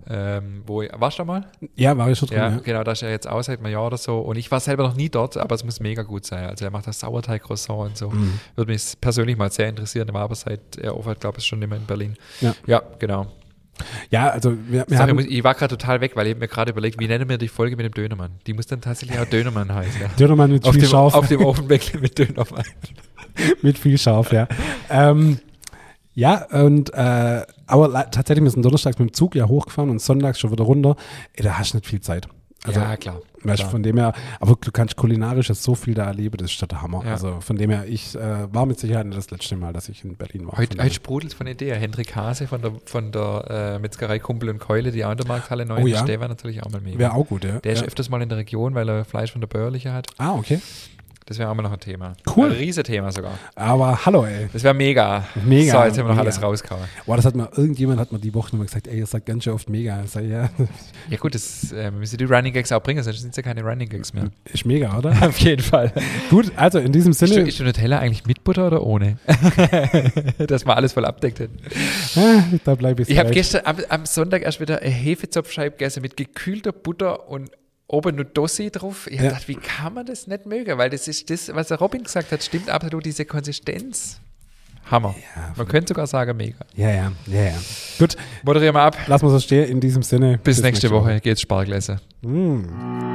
Ähm, wo, warst du da mal? ja, war ich schon drin. Ja, Ja, genau, da ist er jetzt aus seit einem Jahr oder so. Und ich war selber noch nie dort, aber es muss mega gut sein. Also er macht das Sauerteig-Croissant und so. Mhm. Würde mich persönlich mal sehr interessieren, aber, aber seit er aufhört, glaube ich, schon immer in Berlin. Ja. genau. ja also wir, wir Sorry, ich haben muss- ich war gerade total weg, weil ich hab mir gerade überlegt, wie nennen wir die Folge mit dem Dönermann? Die muss dann tatsächlich auch Dönermann heißen. Ja. Dönermann mit Auf viel dem, Schauf. auf dem Open Back mit Dönermann. mit viel Scharf, ja. ähm, ja, und äh, aber le- tatsächlich, wir sind donnerstags mit dem Zug ja hochgefahren und sonntags schon wieder runter. Ey, da hast du nicht viel Zeit. Also, ja, klar. Weißt, du, klar. von dem her, aber du kannst kulinarisch jetzt so viel da erleben, das ist doch der Hammer. Ja. Also von dem her, ich äh, war mit Sicherheit nicht das letzte Mal, dass ich in Berlin war. Heute, Von heute sprudelt von Idee. Hendrik Hase von der, von der äh, Metzgerei Kumpel und Keule, die auch in der Markthalle 9 Oh ist, ja. der war natürlich auch mal mega. daher. Wäre auch gut, ja. Der ist ja. öfters mal in der Region, weil er Fleisch von der Bäuerliche hat. Ah, okay. Das wäre auch mal noch ein Thema. Cool. Ein Riese-Thema sogar. Aber hallo, ey. Das wäre mega. Mega, So, jetzt haben wir noch mega. alles rausgehauen. Boah, das hat mal, irgendjemand hat mir die Woche nochmal gesagt, ey, ihr sagt ganz schön oft mega. Ich sag, ja, Ja gut, das äh, müssen die Running Gags auch bringen, sonst sind es ja keine Running Gags mehr. ist mega, oder? Auf jeden Fall. gut, also in diesem Ist, Sinne, ist der Nutella eigentlich mit Butter oder ohne? Dass man alles voll abdeckt hat. ah, da bleibe ich Ich habe gleich. gestern am, am Sonntag erst wieder eine Hefezopfscheibe gegessen mit gekühlter Butter und oben nur Dossi drauf. Ich hab Ja. gedacht, wie kann man das nicht mögen? Weil das ist das, was der Robin gesagt hat, stimmt absolut, diese Konsistenz. Hammer. Ja, man könnte sogar sagen, mega. Ja, ja, ja, ja. Gut, Moderieren wir ab. lassen wir so stehen. In diesem Sinne. Bis, nächste, Woche geht's Spargläser. Mm.